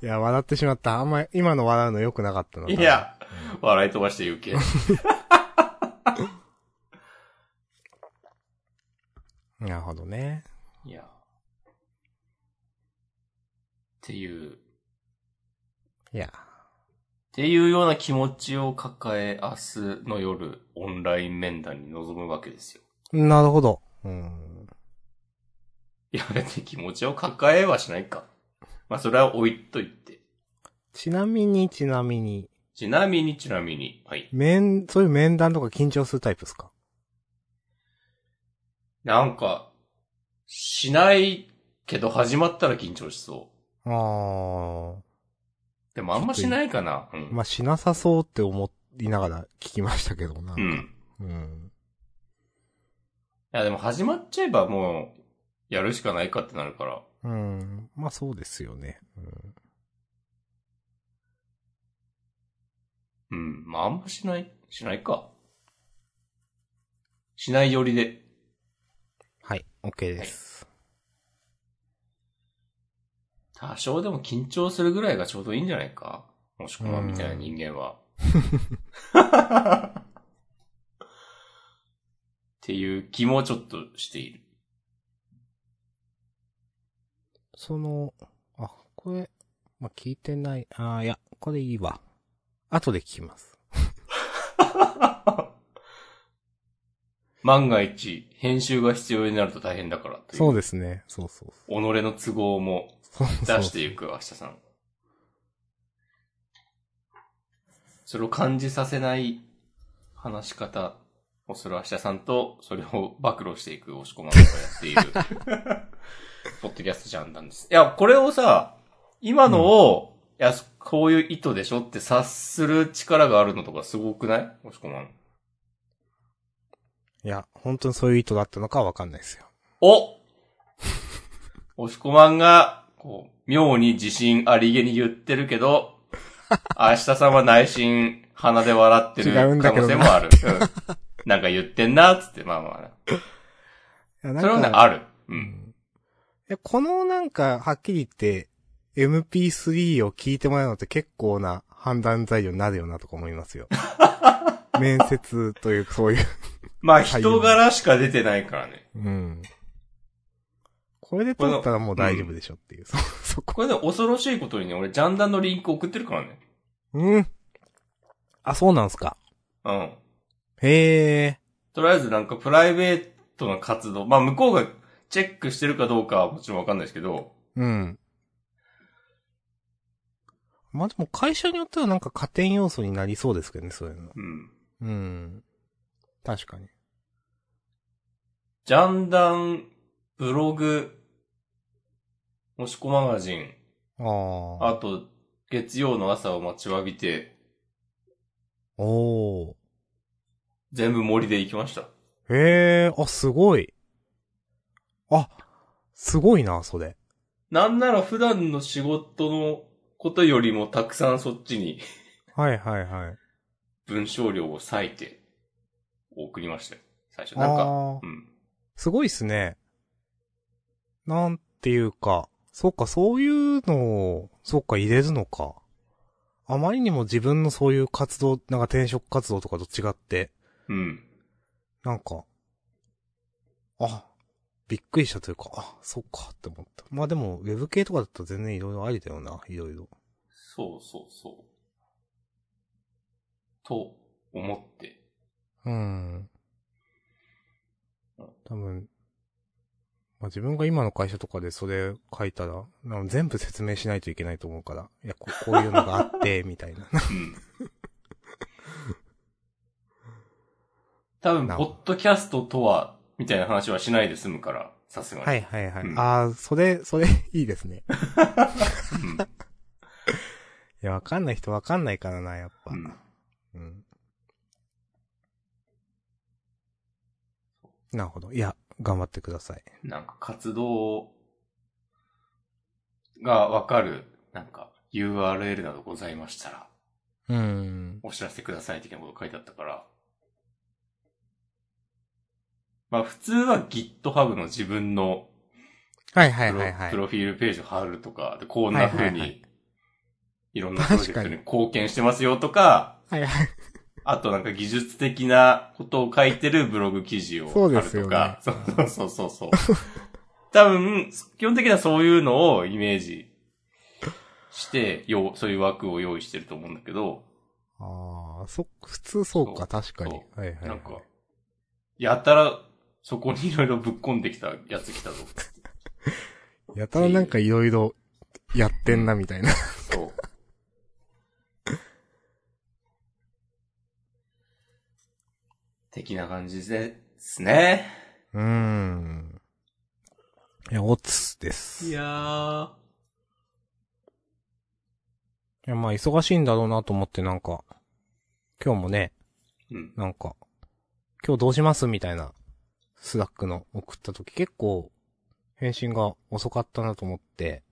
いや、笑ってしまった。あんま、今の笑うの良くなかったな。いや、笑い飛ばし [LAUGHS] て言うけ。うん。なるほどね。いや。っていう、っいや。ていうような気持ちを抱え、明日の夜、オンライン面談に臨むわけですよ。なるほど。うん。いや、別に気持ちを抱えはしないか。まあ、それは置いといて。ちなみに、ちなみに、ちなみに、ちなみに、はい。面、そういう面談とか緊張するタイプですかなんか、しないけど始まったら緊張しそあー。う。でもあんましないかな。うん。まあ、しなさそうって思いながら聞きましたけど、なんか。うん。ういん。や、でも始まっちゃえばもう、やるしかないかってなるから。うん。まあ、そうですよね。うんうん。まあ、あんましない、しないか。しないよりで。はい、OK です。多少でも緊張するぐらいがちょうどいいんじゃないか。もしくは、みたいな人間は。ていう気もちょっとしている。その、あ、これ、まあ、聞いてない。あーいや、これいいわ。後で聞きます。万が一、編集が必要になると大変だからという。そうでですね。そうそうす。己の都合もそう。そうそう出していく、明日さん。それを感じさせない話し方をする明日さんと、それを暴露していく押し込まんがやっている、 [LAUGHS] ポッドキャストジャンなんです。いや、これをさ、今のを、いや、こういう意図でしょって察する力があるのとかすごくない押し込まん。いや、本当にそういう意図だったのかはわかんないですよ。お押し込まんが、こう、妙に自信ありげに言ってる [LAUGHS] けど、明日さんは内心鼻で笑ってる違うんだけ可能ど性なもある。うんなんか言ってんな、つって、まあまいやあ。なんそれはね、かある。う。うんんいや、このなんか、はっきり言って、MP3 を聞いてもらうのって結構な判断材料になるよなとか思います [LAUGHS] よ。面接という、そういう。まあ、人柄しか出てないからね。うん。これで通ったらもう大丈夫でしょっていう。そ、そ [LAUGHS] こ。これね、恐ろしいことにね、俺、ジャンダンのリンク送ってるからね。うん。あ、そうなんすか。うん。へえ。とりあえずなんかプライベートな活動、まあ、向こうがチェックしてるかどうかはもちろんわかんないですけど、うん。まあ、でも会社によってはなんか加点要素になりそうですけどね、そういうの。うん。うん。確かに。ジャンダン、ブログ、もしこマガジン、ああ。あと、月曜の朝を待ちわびて、おー。全部森で行きました。へえ、あ、すごい。あ、すごいな、それ。なんなら普段の仕事のことよりもたくさんそっちにはいはいはい。文章量を割いて送りましたよ。最初。なんあか、ーうん。すごいっすね。なんていうか、そっか、そういうのを、そっか、入れるのか。あまりにも自分のそういう活動、なんか転職活動とかと違って、うん。なんか、あ、びっくりしたというか、あ、そっかって思った。まあでも、ウェブ系とかだと全然いろいろありだよな、いろいろ。そうそうそう。と思って。うん。多分、まあ、自分が今の会社とかでそれ書いたら、なんか全部説明しないといけないと思うから、いや、ここういうのがあって、み [LAUGHS] たいな。うん。多分、なポッドキャストとは、みたいな話はしないで済むから、さすがに。はいはいはい。うんああ、それ、それ、いいですね。いや、わかんない人わかんないからな、やっぱ。うん。うんうん。なるほど。いや、頑張ってください。なんか活動がわかる、なんか URL などございましたら、うん。お知らせください的なこと書いてあったから。まあ普通は GitHub の自分のはいはプいロ,、はいはいプ。ロフィールページを貼るとか、でこんな風はいはいはに、いろんなプロジェクト確かに貢献してますよとか、はいはい。あとなんか技術的なことを書いてるブログ記事をそうで貼るすよとねか、そう,、そうそうそう多分、基本的にはそういうのをイメージして、ようそういう枠を用意してると思うんだけど、ああ、そ、普通そうか、確かに。そはいはいはい。なんか、やたらそこにいろいろぶっ込んできたやつ来たぞ。やたらなんかいろいろやってんなみたいな。そう。的な感じですね。うーん。いや、オツです。いいや、やー。まあ忙しいんだろうなと思ってなんか、今日もね、うん。なんか、今日どうしますみたいな、スラックの送った時結構、返信が遅かったなと思って、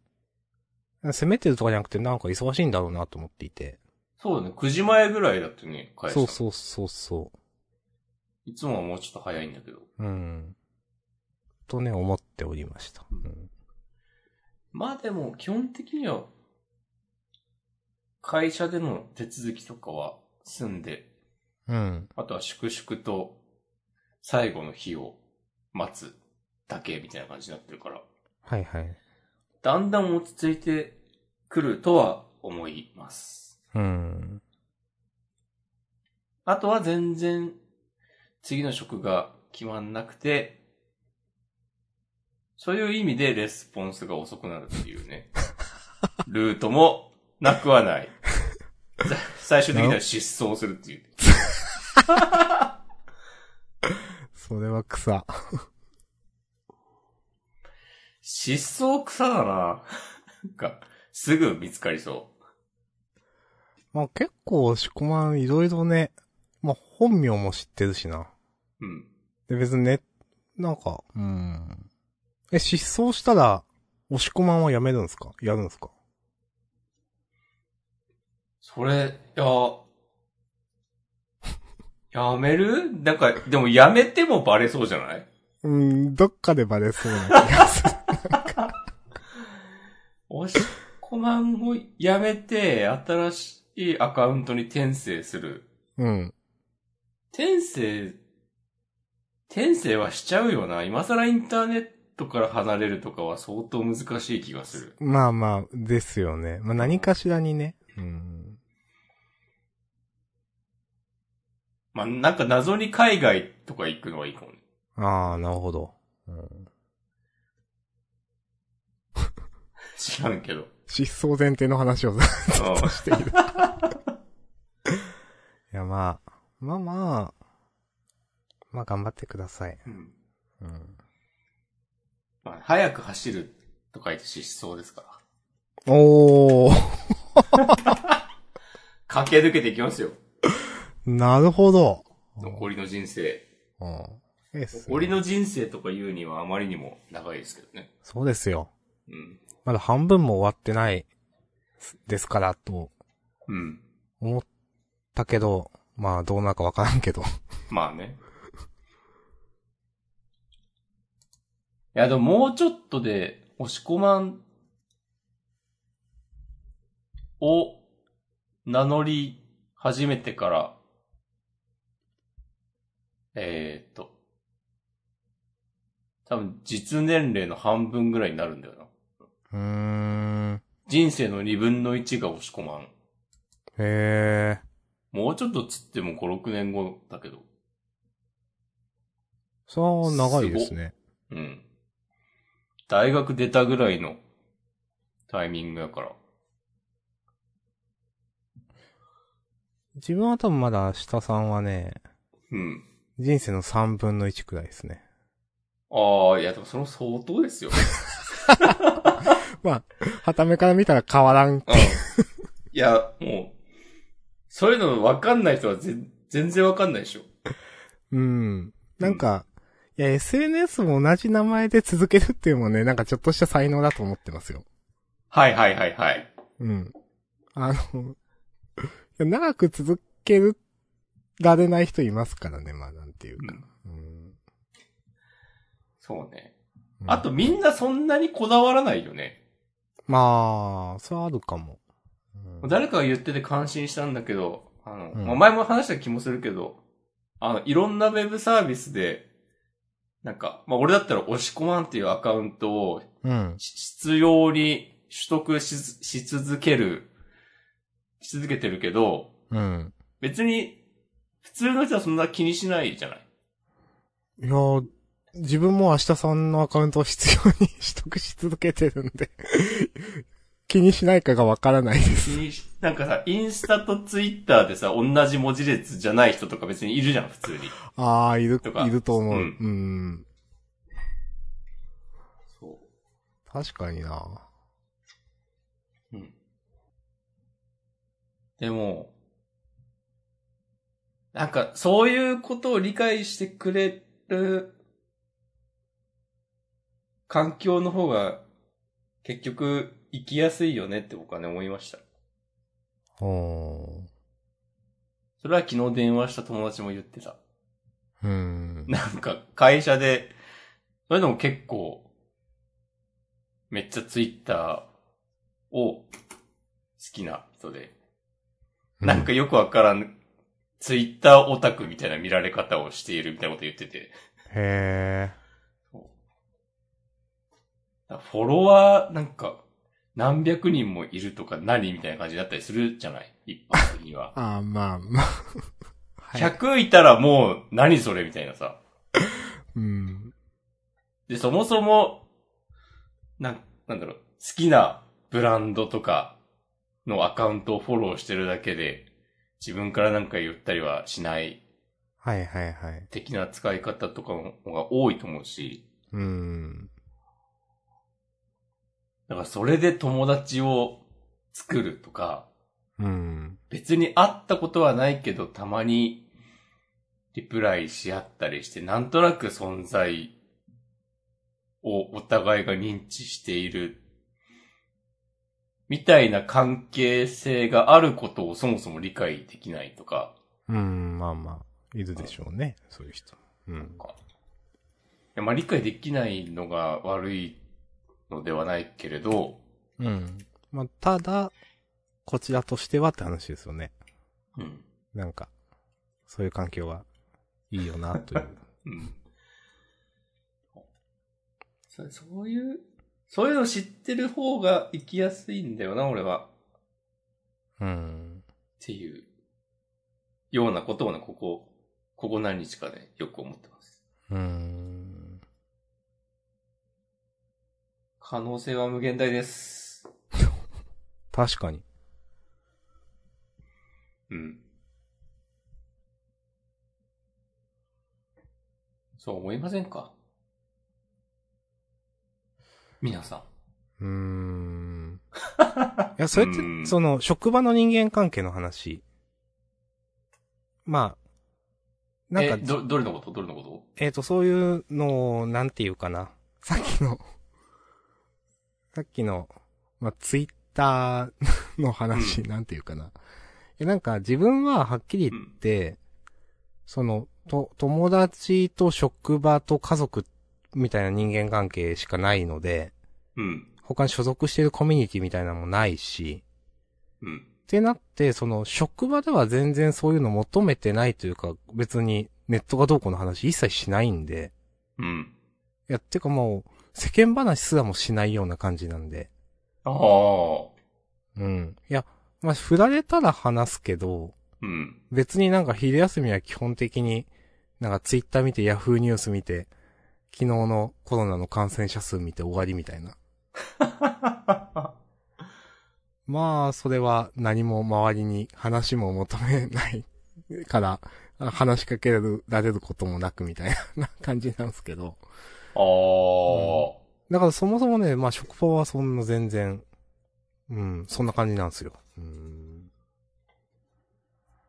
攻めてるとかじゃなくてなんか忙しいんだろうなと思っていて。そうだね。9時前ぐらいだってね、返したその。うそうそうそう。いつもはもうちょっと早いんだけど。うん。とね、思っておりました。うん。まあでも、基本的には、会社での手続きとかは済んで、うん。あとは粛々と最後の日を待つだけみたいな感じになってるから、はいはい。だんだん落ち着いてくるとは思います。うん。あとは全然次の職が決まんなくて、そういう意味でレスポンスが遅くなるっていうね。ルートもなくはない。さ最終的には失踪するっていう。それは草。失踪草だな。なんか、すぐ見つかりそまあ結構押し込まんいろいろね、まあ本名も知ってるしな。う。うん。で別にね、なんか、うん。え、失踪したら、押し込まんはやめるんですかやるんですかそれ、いや、やめるなんか、でもやめてもバレそうじゃないうん、どっかでバレそうな気がする。押し込まんをやめて、新しいアカウントに転生する。 [LAUGHS] うん。転生、転生はしちゃうよな。今更インターネットから離れるとかは相当難しい気がする。まあまあ、ですよね。まあ何かしらにね。うん。まあ、なんか謎に海外とか行くのはいいかもね。ああ、なるほど。うん、知らんけど。失踪前提の話 [LAUGHS] をうんしている。いや、まあ、まあまあ、まあ頑張ってください。うんうん。まあ、早く走ると書いて失踪ですから。おー、駆け抜けていきますよ。なるほど。残りの人生。うん。ええっすね残りの人生とか言うにはあまりにも長いですけどね。そうですよ。うん。まだ半分も終わってないですから、とうん。思ったけど、まあどうなるかわからんけど。まあね。いや、でももうちょっとで、押し込まんを名乗り始めてから、えー、っと、多分実年齢の半分ぐらいになるんだよな。うーん。人生の二分の一が押し込まん。へえ。もうちょっとつっても5、6年後だけど。そう、長いですね。うん。大学出たぐらいのタイミングだから。自分は多分まだ下さんはね、うん。人生の3分の1くらいですね。ああ、いやでもその相当ですよ。まあ、はためから見たら変わらん。うん。いや、もう、そういうのわかんない人はぜ全然わかんないでしょ。うん。なんか、いや、SNS も同じ名前で続けるっていうのもね、なんかちょっとした才能だと思ってますよ。はいはいはいはい。うん。あの、 [LAUGHS] いや長く続けられない人いますからね、まあなんていうか。うん。そうね。うんあと、みんなそんなにこだわらないよね。まあ、それはあるかも。うん誰かが言ってて感心したんだけど、あの、うんまあ前も話した気もするけど、あの、いろんなウェブサービスで、なんか、まあ俺だったら押し込まんっていうアカウントをうん。し必要に取得しずし続ける、し続けてるけど、うん。別に、普通の人はそんな気にしないじゃないいやー、自分も明日さんのアカウントを必要に取得し続けてるんで、 [LAUGHS] 気にしないかがわからないで気す。にし、なんかさ、インスタとツイッターでさ、同じ文字列じゃない人とか別にいるじゃん、普通に。ああ、いるとか、いると思う。ううんん。そ確かにな。う。うん。でも、なんか、そういうことを理解してくれる環境の方が、結局、生きやすいよねって僕はね、思いました。おそれは昨日電話した友達も言ってた。ー。うん。なんか、会社で、それでも結構、めっちゃツイッターを好きな人で、なんかよくわからんツイッターオタクみたいな見られ方をしているみたいなこと言ってて。へえ。フォロワー、なんか、何百人もいるとか何みたいな感じだったりするじゃない一般的には。ああ、まあ、まあ。はい。 100いたらもう、何それみたいなさ。うん。で、そもそも、なん、なんだろう、好きなブランドとかのアカウントをフォローしてるだけで、自分からなんか言ったりはしないはいはいはい。的な使い方とかの方が多いと思うし、うん。だからそれで友達を作るとか、うん。別に会ったことはないけど、たまにリプライし合ったりして、なんとなく存在をお互いが認知している、みたいな関係性があることをそもそも理解できないとか、うん、まあまあ、いるでしょうね。そういう人。うなんん。かいやまあ理解できないのが悪いのではないけれど、うん。まあ、ただ、こちらとしてはって話ですよね。うん。なんか、そういう環境がいいよな、 [LAUGHS] という。うんそそういう、そういうの知ってる方が生きやすいんだよな、俺は。うん。っていう、ようなことをね、ここ、ここ何日かね、よく思ってます。うん。可能性は無限大です。確かに。うん。そう思いませんか皆さうん。ーん。いや、それってうん、その、職場の人間関係の話。まあ、なんかえ、、ど、どれのことどれのことえっ、と、そういうのを、なんていうかな。さっきの、さっきの、まあ、ツイッターの話、なんていうかな。え、なんか、自分ははっきり言って、その、と、友達と職場と家族みたいな人間関係しかないので、うん。他に所属しているコミュニティみたいなのもないし、うん。ってなって、その、職場では全然そういうの求めてないというか、別にネットがどうこうの話一切しないんで、うん。いや、てかもう、世間話すらもしないような感じなんで。ああ。うん。いや、まあ、振られたら話すけど、うん。 [LAUGHS] 別になんか昼休みは基本的に、なんかツイッター見て、ヤフーニュース見て、昨日のコロナの感染者数見て終わりみたいな。まあ、それは何も周りに話も求めないから、あ話しかけられることもなくみたいな [LAUGHS] 感じなんですけど。ああ、だからそもそもね、まあ職場はそんな全然、うん、そんな感じなんですよ。うん。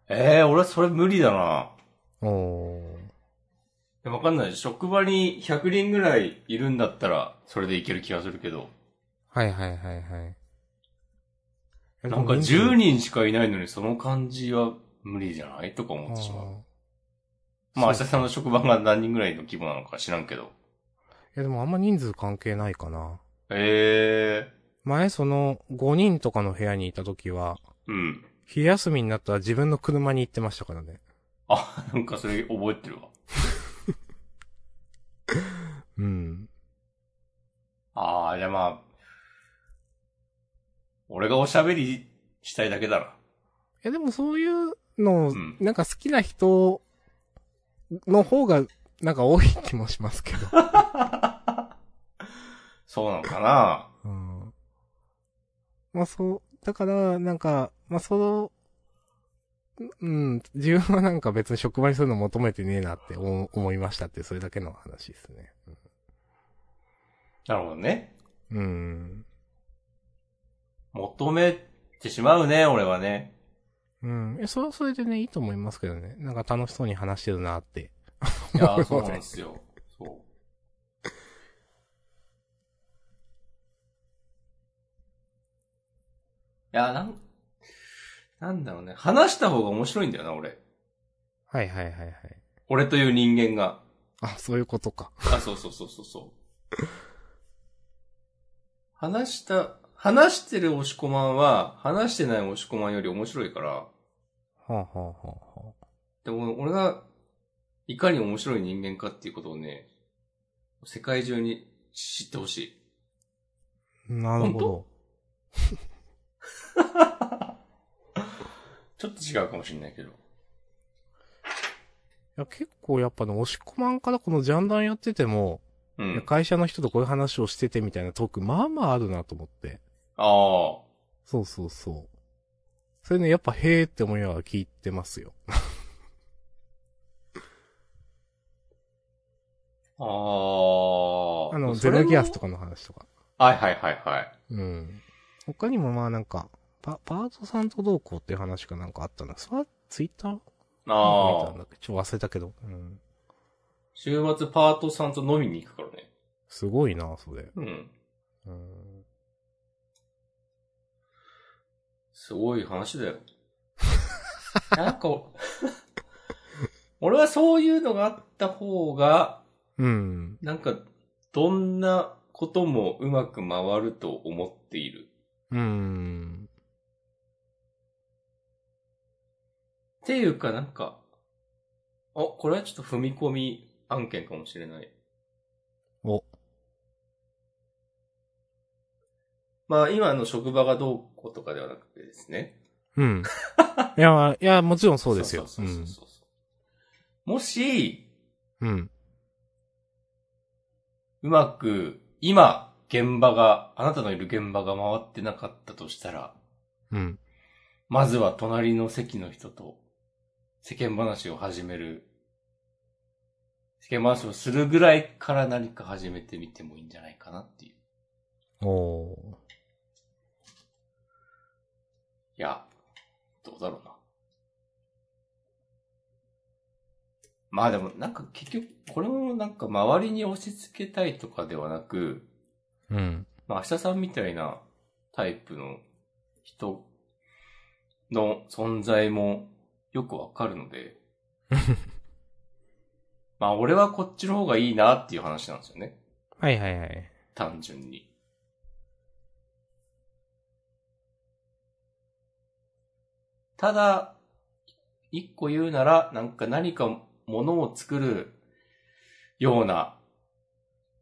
ええ俺それ無理だな。おでもわかんない。職場に100人ぐらいいるんだったら、それでいける気がするけど。はいはいはいはい。なんか10人しかいないのに、その感じは無理じゃないとか思ってしまう。あーまあ、明そう日さんの職場が何人ぐらいの規模なのか知らんけど。いやでもあんま人数関係ないかな。ええ前その5人とかの部屋にいた時は、うん。昼休みになったら自分の車に行ってましたからね。あ、なんかそれ覚えてるわ。うん。ああ、じゃあまあ、俺がおしゃべりしたいだけだな。いやでもそういうの、うんなんか好きな人の方が、なんか多い気もします [LAUGHS] けど。そうなのかなうん。まあそう、だから、なんか、まあその、うん、自分はなんか別に職場にそういうの求めてねえなって思思いましたって、それだけの話ですね。なるほどね。うん。求めてしまうね、俺はね。うん。え、それはそれでね、いいと思いますけどね。なんか楽しそうに話してるなって。いやー、そ [LAUGHS] うなんですよ。そう。いやー、なん、なんだろうね。話した方が面白いんだよな、俺。はいはいはいはい。俺という人間が。あ、そういうことか。あ、そうそうそうそうそう。話した、話してる押し込まんは、話してない押し込まんより面白いから、はあ、はあはあはでも俺がいかに面白い人間かっていうことをね、世界中に知ってほしい。なるほど。ちょっと違うかもしれないけど。いや結構やっぱね、押し込まんからこのジャンダンやってても、ういやん。会社の人とこういう話をしててみたいなトーク、まあまああるなと思って。ああ。そうそうそう。それね、やっぱへーって思いながら聞いてますよ。ああ。あの、そゼれもロギアスとかの話とか。はいはいはいはい。うん。他にもまあなんか、パ、パートさんとどうこうっていう話がなんかあったな。それはツイッター見あたんあ。だっけちょっと忘れたけど。うん。週末パートさんと飲みに行くからね。すごいな、それ。うん。うん。すごい話だよ。 [LAUGHS] なんか、俺はそういうのがあった方が、うん。なんか、どんなこともうまく回ると思っている。うん。っていうかなんか、あ、これはちょっと踏み込み案件かもしれない。お。まあ今の職場がどうこうとかではなくてですね。うん。いや、いや、もちろんそうですよ。そうそうそうそうそうもし、うん。うん。うまく今現場が、あなたのいる現場が回ってなかったとしたら、うん。まずは隣の席の人と世間話を始める。世間話をするぐらいから何か始めてみてもいいんじゃないかなっていう。いおー。や、どうだろうな。まあでもなんか結局、これもなんか周りに押し付けたいとかではなく、うん。まあ明日さんみたいなタイプの人の存在もよくわかるので、まあ俺はこっちの方がいいなっていう話なんですよね。はいはいはい。単純に。ただ、一個言うなら、なんか何かものを作るような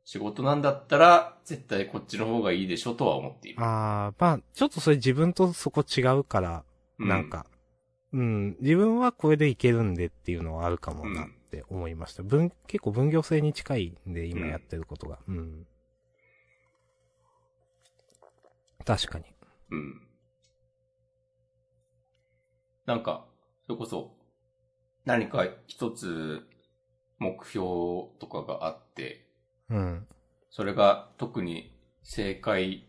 仕事なんだったら、絶対こっちの方がいいでしょとは思っている。あー、まあ、ちょっとそれ自分とそこ違うから、うなん。か、うん、自分はこれでいけるんでっていうのはあるかもなって思いました。分、結構分業制に近いんで、今やってることが。うん。確かに。うん。なんか、それこそ、何か一つ目標とかがあって、うん。それが特に正解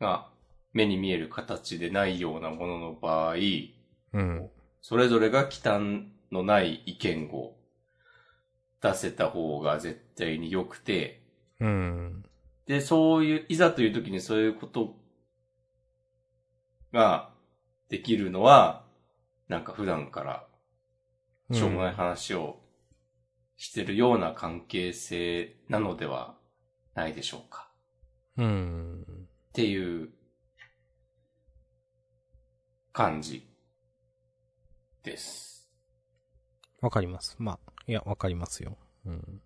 が目に見える形でないようなものの場合、うん。それぞれが忌憚のない意見を出せた方が絶対に良くて、うん。で、そういう、いざという時にそういうことができるのは、なんか普段からしょうもない話をしてるような関係性なのではないでしょうか。うん。っていう感じです。わかります。まあ、いや、わかりますよ。うん。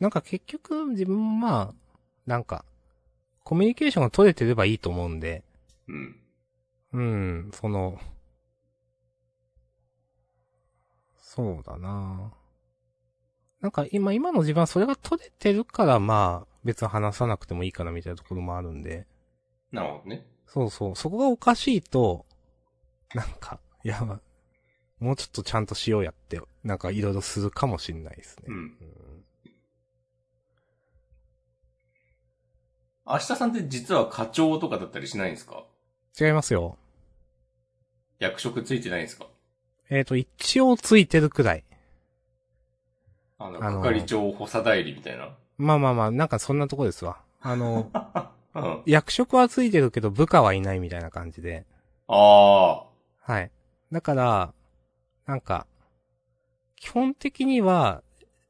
なんか結局、自分もまあ、なんか、コミュニケーションが取れてればいいと思うんで、うん。うん、その、そうだななんか今、今の自分はそれが取れてるから、まあ、別に話さなくてもいいかなみたいなところもあるんで、なるほどね。そうそう、そこがおかしいと、なんか、いや、もうちょっとちゃんとしようやって、なんかいろいろするかもしんないですね。うん。うん明日さんって実は課長とかだったりしないんですか違いますよ。役職ついてないんですかえっ、と、一応ついてるくらい。あの、あのー係長補佐代理みたいな。まあまあまあ、なんかそんなとこですわ。あの、うん。あ役職はついてるけど部下はいないみたいな感じで。あはい。だから、なんか、基本的には、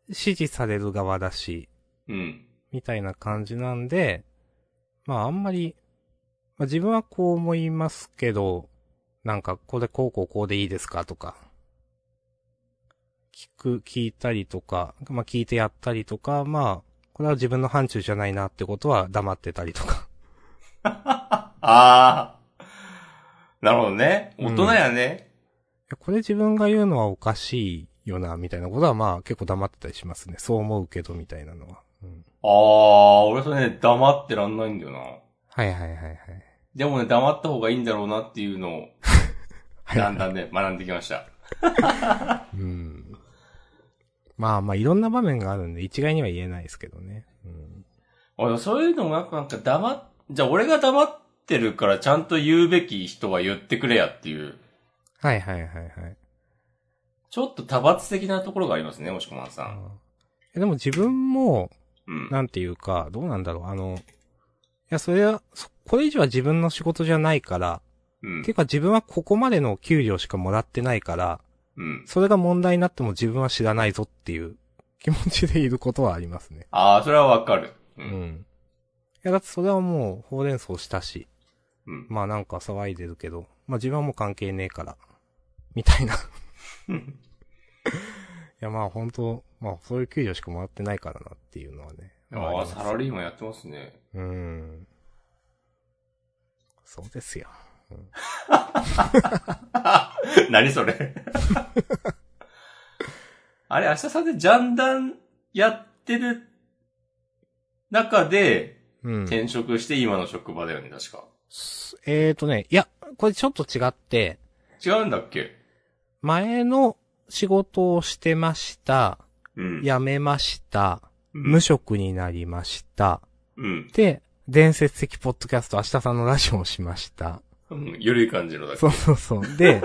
指示される側だし、ー。うん。みたいな感じなんで、まああんまり、まあ自分はこう思いますけど、なんかこれこうこうこうでいいですかとか、聞く、聞いたりとか、まあ聞いてやったりとか、まあ、これは自分の範疇じゃないなってことは黙ってたりとか。ああ。なるほどね。大人やね。いやこれ自分が言うのはおかしいよな、みたいなことはまあ結構黙ってたりしますね。そう思うけど、みたいなのは。うん。ああ、俺それね、黙ってらんないんだよな。はいはいはいはい。でもね、黙った方がいいんだろうなっていうのを、はいだんだん [LAUGHS] ね、学んできました。うん。まあまあいろんな場面があるんで一概には言えないですけどね。うん。俺、そういうのもやっぱなんか黙っ、じゃあ俺が黙ってるからちゃんと言うべき人は言ってくれやっていう、はいはいはいはい。ちょっと多発的なところがありますね、もしこまんさん。えでも自分も、うん。なんていうか、どうなんだろう、あの、いや、それは、そこれ以上は自分の仕事じゃないから、うんて。いうか自分はここまでの給料しかもらってないから、うん。それが問題になっても自分は知らないぞっていう気持ちでいることはありますね。ああ、それはわかる。う。うんん。いや、だってそれはもう、ほうれん草したし、うん。まあなんか騒いでるけど、まあ自分はもう関係ねえから、みたいな。い [LAUGHS] や、まあ本当まあそういう給料しかもらってないからなっていうのはね。ありあ、ますサラリーマンやってますね。 [LAUGHS] うん。そうですよ。何それ [LAUGHS] あれ、明日さんでジャンダンやってる中でうん。転職して今の職場だよね、確か。すえーとね、いや、これちょっと違って、違うんだっけ前の仕事をしてました、うん。、辞めました、無むし職になりました、うん。で、伝説的ポッドキャスト、明日さんのラジオをしました。うん。ゆるい感じのだけ。そうそうそう。で、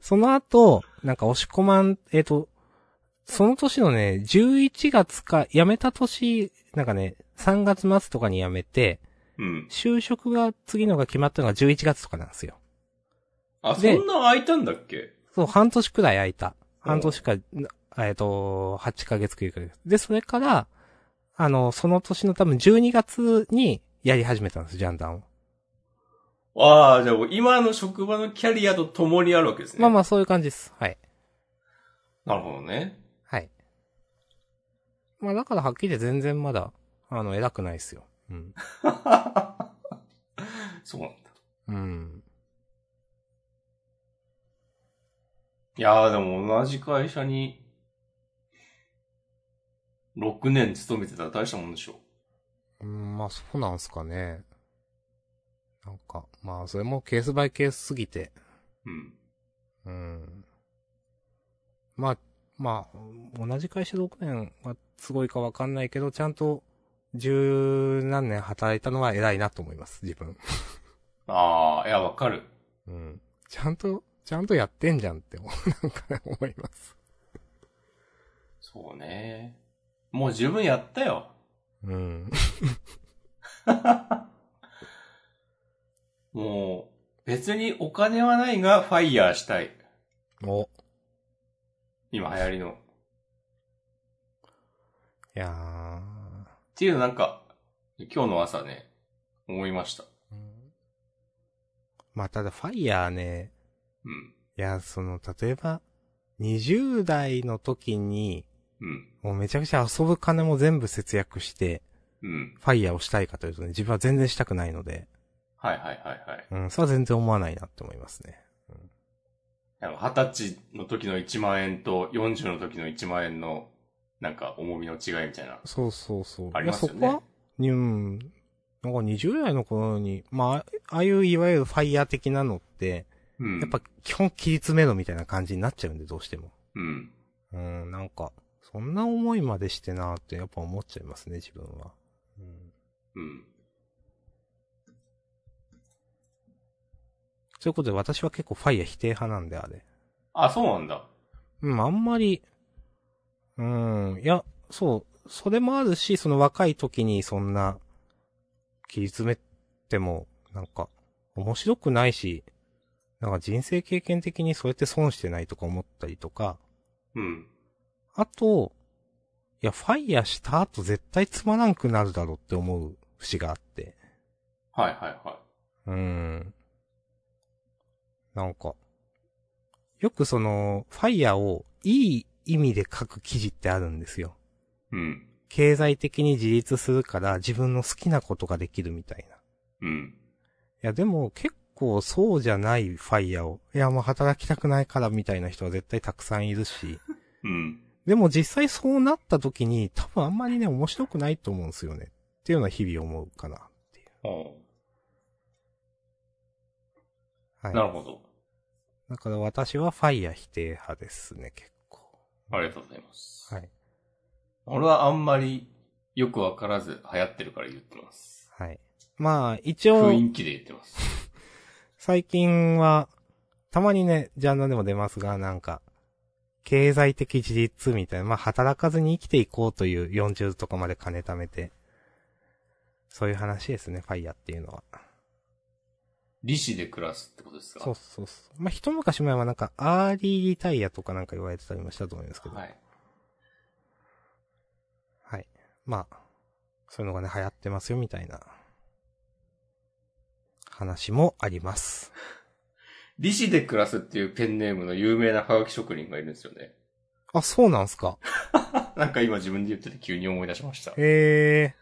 その後、なんか押し込まん、えっ、と、その年のね、11月か、辞めた年、なんかね、3月末とかに辞めて、うん。就職が次のが決まったのが11月とかなんですよ。あ、そでんな空いたんだっけそう、半年くらい空いた。うん半年か、なえっと、8ヶ月9ヶ月。で、それから、あの、その年の多分12月にやり始めたんです、ジャンダンを。ああ、じゃあもう今の職場のキャリアと共にあるわけですね。まあまあ、そういう感じです。はい。なるほどね。はい。まあ、だからはっきり言って全然まだ、あの、偉くないですよ。うん。そうなんだ。 [LAUGHS] うん。いやーでも同じ会社に、6年勤めてたら大したもんでしょ。うん、まあ、そうなんすかね。なんか、まあ、それもケースバイケースすぎて、ううん。ん。まあ、まあ、同じ会社で6年はすごいかわかんないけど、ちゃんと十何年働いたのは偉いなと思います、自分。ああ、いや、わかる。うん。ちゃんと、ちゃんとやってんじゃんって、 [LAUGHS] なんかね思います。そうね。もう十分やったよ。うん。もう、別にお金はないが、ファイヤーしたい。 [LAUGHS] お。今流行りの。っいやていうのなんか、今日の朝ね、思いました。ー。まあ、ただ、ファイヤーね、うん。いや、その、例えば、20代の時に、うん。もうめちゃくちゃ遊ぶ金も全部節約して、うん。ファイヤーをしたいかというとね、自分は全然したくないので、はいはいはいはい。うん、それは全然思わないなって思いますね。あの二十歳の時の1万円と40の時の1万円の、なんか重みの違いみたいな。そうそうそう。ありますよいや、そねこ。はうん。なんか20代の頃に、まあ、ああいういわゆるファイヤー的なのって、うん。やっぱ、基本切り詰めろみたいな感じになっちゃうんで、どうしても。うん。うん、なんか、そんな思いまでしてなーってやっぱ思っちゃいますね、自分は。うん。うん。ということで私は結構ファイヤー否定派なんで、あれ。あ、そうなんだ。うん、あんまり、うん、いや、そう、それもあるし、その若い時にそんな、切り詰めても、なんか、面白くないし、なんか人生経験的にそうやって損してないとか思ったりとか、うん。あと、いや、ファイヤーした後絶対つまらんくなるだろうって思う節があって。はいはいはうん。なんか、よくその、ファイヤーをいい意味で書く記事ってあるんですよ。うん。経済的に自立するから自分の好きなことができるみたいな。いうん。や、でも結構そうじゃないファイヤーを、いや、もう働きたくないからみたいな人は絶対たくさんいる [LAUGHS] し、うん。でも実際そうなった時に多分あんまりね、面白くないと思うんですよね。っていうのは日々思うかなっていう。おはうい。なるほど。だから私はファイヤー否定派ですね、結構。ありがとうございます。はい。俺はあんまりよくわからず流行ってるから言ってます。はい。まあ、一応、雰囲気で言ってます。最近は、たまにね、ジャンルでも出ますが、なんか、経済的自立みたいな、まあ、働かずに生きていこうという40とかまで金貯めて、そういう話ですね、ファイヤーっていうのは。利子で暮らすってことですかそうそうそう。まあ、一昔前はなんか、アーリーリタイアとかなんか言われてたりもしたと思いますけど。はい。はい。まあ、そういうのがね、流行ってますよ、みたいな、話もあります。利子で暮らすっていうペンネームの有名なハガキ職人がいるんですよね。あ、そうなんすか。なんか今自分で言ってて急に思い出しました。フへえ。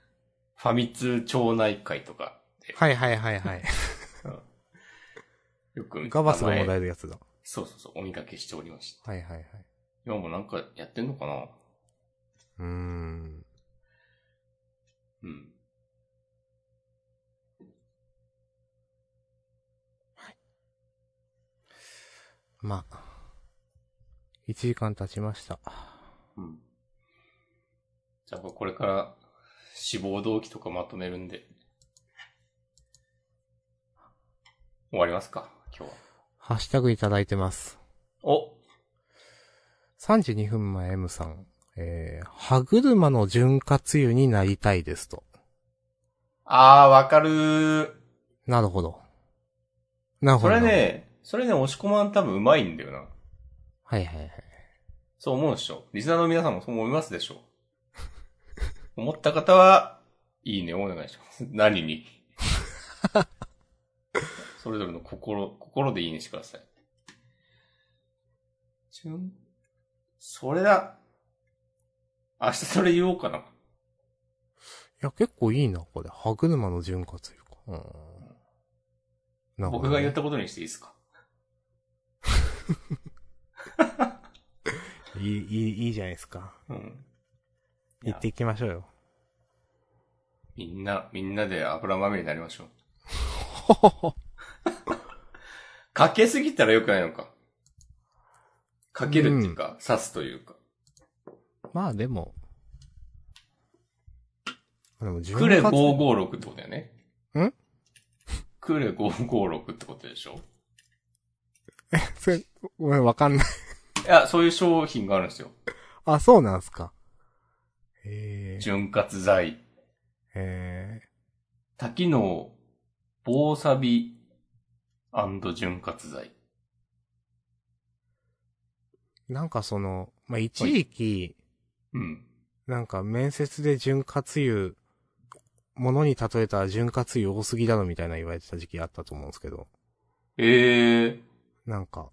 ァミ通町内会とかで、はいはいはい [LAUGHS] はい。よくガバスがもら名前えるやつだ。そうそうそう、お見かけしておりました。はいはいはい。今もなんかやってんのかなうーん。うん。まあ。1時間経ちました。うん。じゃあこれから志望動機とかまとめるんで。終わりますか今日は。ハッシュタグいただいてます。お32分前 M さん。えー、歯車の潤滑油になりたいですと。あー、わかるー。なるほど。なるほそど。れ。ね、それね、押し込まん多分うまいんだよな。はいはいはい。そう思うでしょ。リスナーの皆さんもそう思いますでしょ。 [LAUGHS] 思った方は、いいねをお願いします。 [LAUGHS] 何に。それぞれの心、心でいいねしてください。チュン。それだ。明日それ言おうかな。いや、結構いいな、これ。歯車の潤滑油か。うーん。なるほどね僕が言ったことにしていいですか。いい、いい、いいじゃないですか。うん。いや行っていきましょうよ。みんな、みんなで油まみれになりましょう。かけすぎたら良くないのか。かけるっていうか、刺すというか。まあでも。でも潤ク滑レ油。 556ってことだよね。んクレ556ってことでしょそれごめん、わかんない。いや、そういう商品があるんですよ。あ、そうなんすか。へえ。潤滑剤、へ多機能、防サビ、潤滑剤。え。なんかその、まあ、一時期、うん。なんか面接で潤滑油、ものに例えたら潤滑油多すぎだろみたいな言われてた時期あったと思うんですけど、ええー、なんか、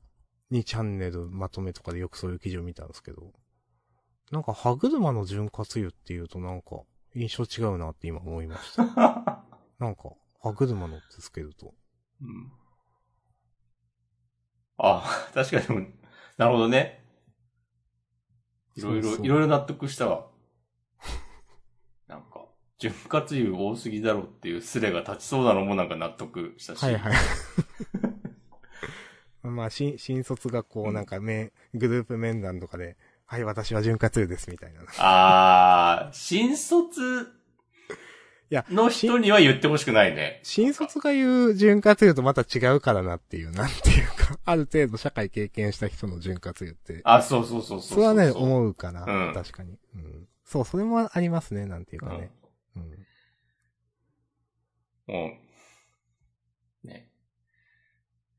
2チャンネルまとめとかでよくそういう記事を見たんですけど、なんか歯車の潤滑油っていうとなんか、印象違うなって今思いました。なんか、歯車のってつけると。うん。あ、 [LAUGHS] 確かにでも、なるほどね。いろいろ、そうそういろいろ納得したわ。 [LAUGHS] なんか、潤滑油多すぎだろっていうスレが立ちそうなのもなんか納得したし。はい [LAUGHS] はい。まあ、新、新卒がこう、なんか、め、グループ面談とかで、はい、私は潤滑油です、みたいな。いあー、新卒や、の人には言ってほしくないね。新卒が言う潤滑油とまた違うからなっていう、なんていうか、ある程度社会経験した人の潤滑油って、あ、そうそうそうそそうれはね、う。思うかな、うん確かに、うん。そう、それもありますね、なんていうかね。うん。うん。もう、ね。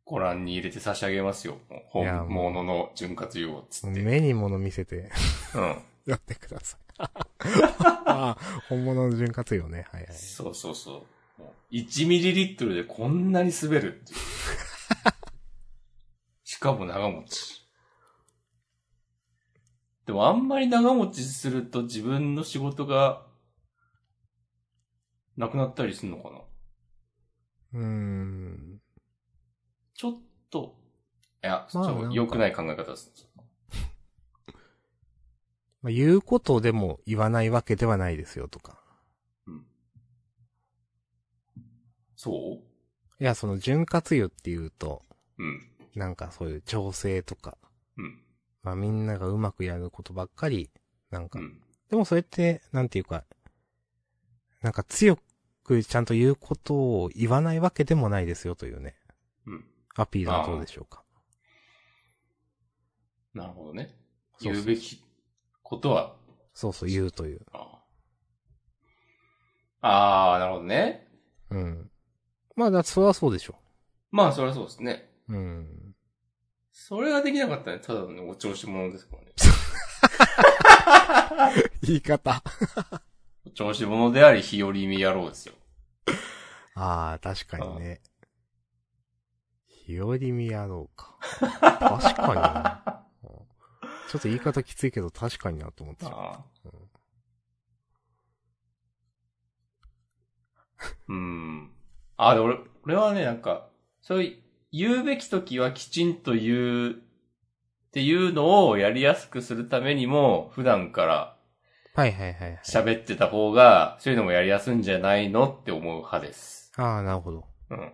ご覧に入れて差し上げますよ。もいうや本もう物の潤滑油を、つって。目に物見せてうん。やってください。 [LAUGHS] ああ本物の潤滑油ね、はいはい。そうそうそう。もう1ミリリットルでこんなに滑 [LAUGHS] るっていう。しかも長持ち。でもあんまり長持ちすると自分の仕事がなくなったりするのかなうーん。ちょっと、いや、ちまあなょっんとか良くない考え方です。まあ、言うことでも言わないわけではないですよとか。そいや、その潤滑油って言うと、ううん。なんかそういう調整とか、うん。まあみんながうまくやることばっかり、なんうか、ん。でもそれって、なんていうか、なんか強くちゃんと言うことを言わないわけでもないですよというね、うん。アピールはどうでしょうか。なるほどね。そうそ言ううべきことは、そうそう、言うという。あああー、なるほどね。うん。まあ、だってそれはそうでしょまあ、そりゃそうですね。う。うん。それができなかったらね、ただのね、お調子者ですからね。 [LAUGHS] 言い方。お調子者であり、日和見野郎ですよ。ああ、確かにね。日和見野郎 [LAUGHS] か。確かにな。うんちょっと言い方きついけど確かになと思ってしまうああ。うん。あ、で、俺、俺はね、なんか、そういう、言うべきときはきちんと言うっていうのをやりやすくするためにも、普段からはいはいはいはい。喋ってた方が、そういうのもやりやすいんじゃないのって思う派です。ああ、なるほど。うん。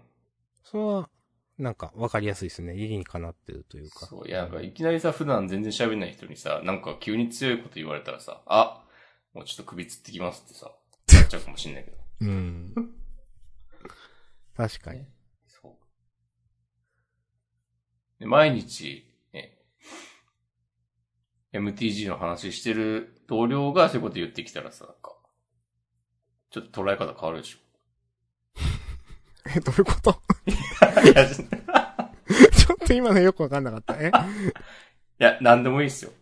それは、なんかわかりやすいですね。理にかなってるというか。そう、いや、なんか、いきなりさ、普段全然喋んない人にさ、なんか急に強いこと言われたらさ、あ、もうちょっと首つってきますってさ、なっちゃうかもしんないけど。うん。確かに。ね [LAUGHS] そう。で毎日、ね、MTG の話してる同僚がそういうこと言ってきたらさ、なんか、ちょっと捉え方変わるでしょ。え、どういうこと [LAUGHS] [LAUGHS] いやちょっといちょっと今のよくわかんなかった。えや、なんでもいいですよ。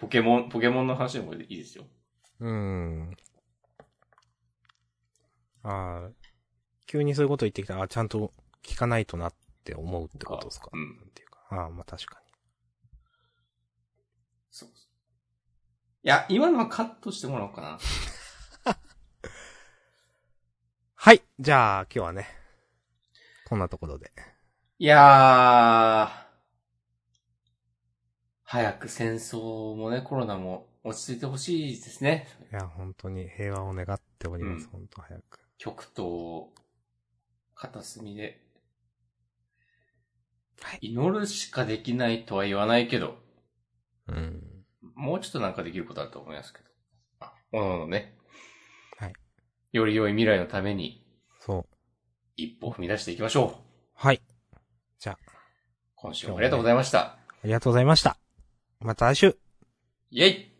ポケモン、ポケモンの話でもいいですよ。うん。ああ、急にそういうこと言ってきたら、あちゃんと聞かないとなって思うってことですか。うんなんていうか。ああ、まあ確かそうそう。いや、今のはカットしてもらおうかな。に。はい。じゃあ、今日はね。こんなところで。いやー、早く戦争もね、コロナも落ち着いてほしいですね。いや、本当に平和を願っております。うん本当早く。極東、片隅で。はい祈るしかできないとは言わないけど、うん。もうちょっとなんかできることあると思いますけど。あ、おのおのね。はい。より良い未来のためにそう。一歩踏み出していきましょう。はい。今週もありがとうございました。ありがとうございました。また来週イェイ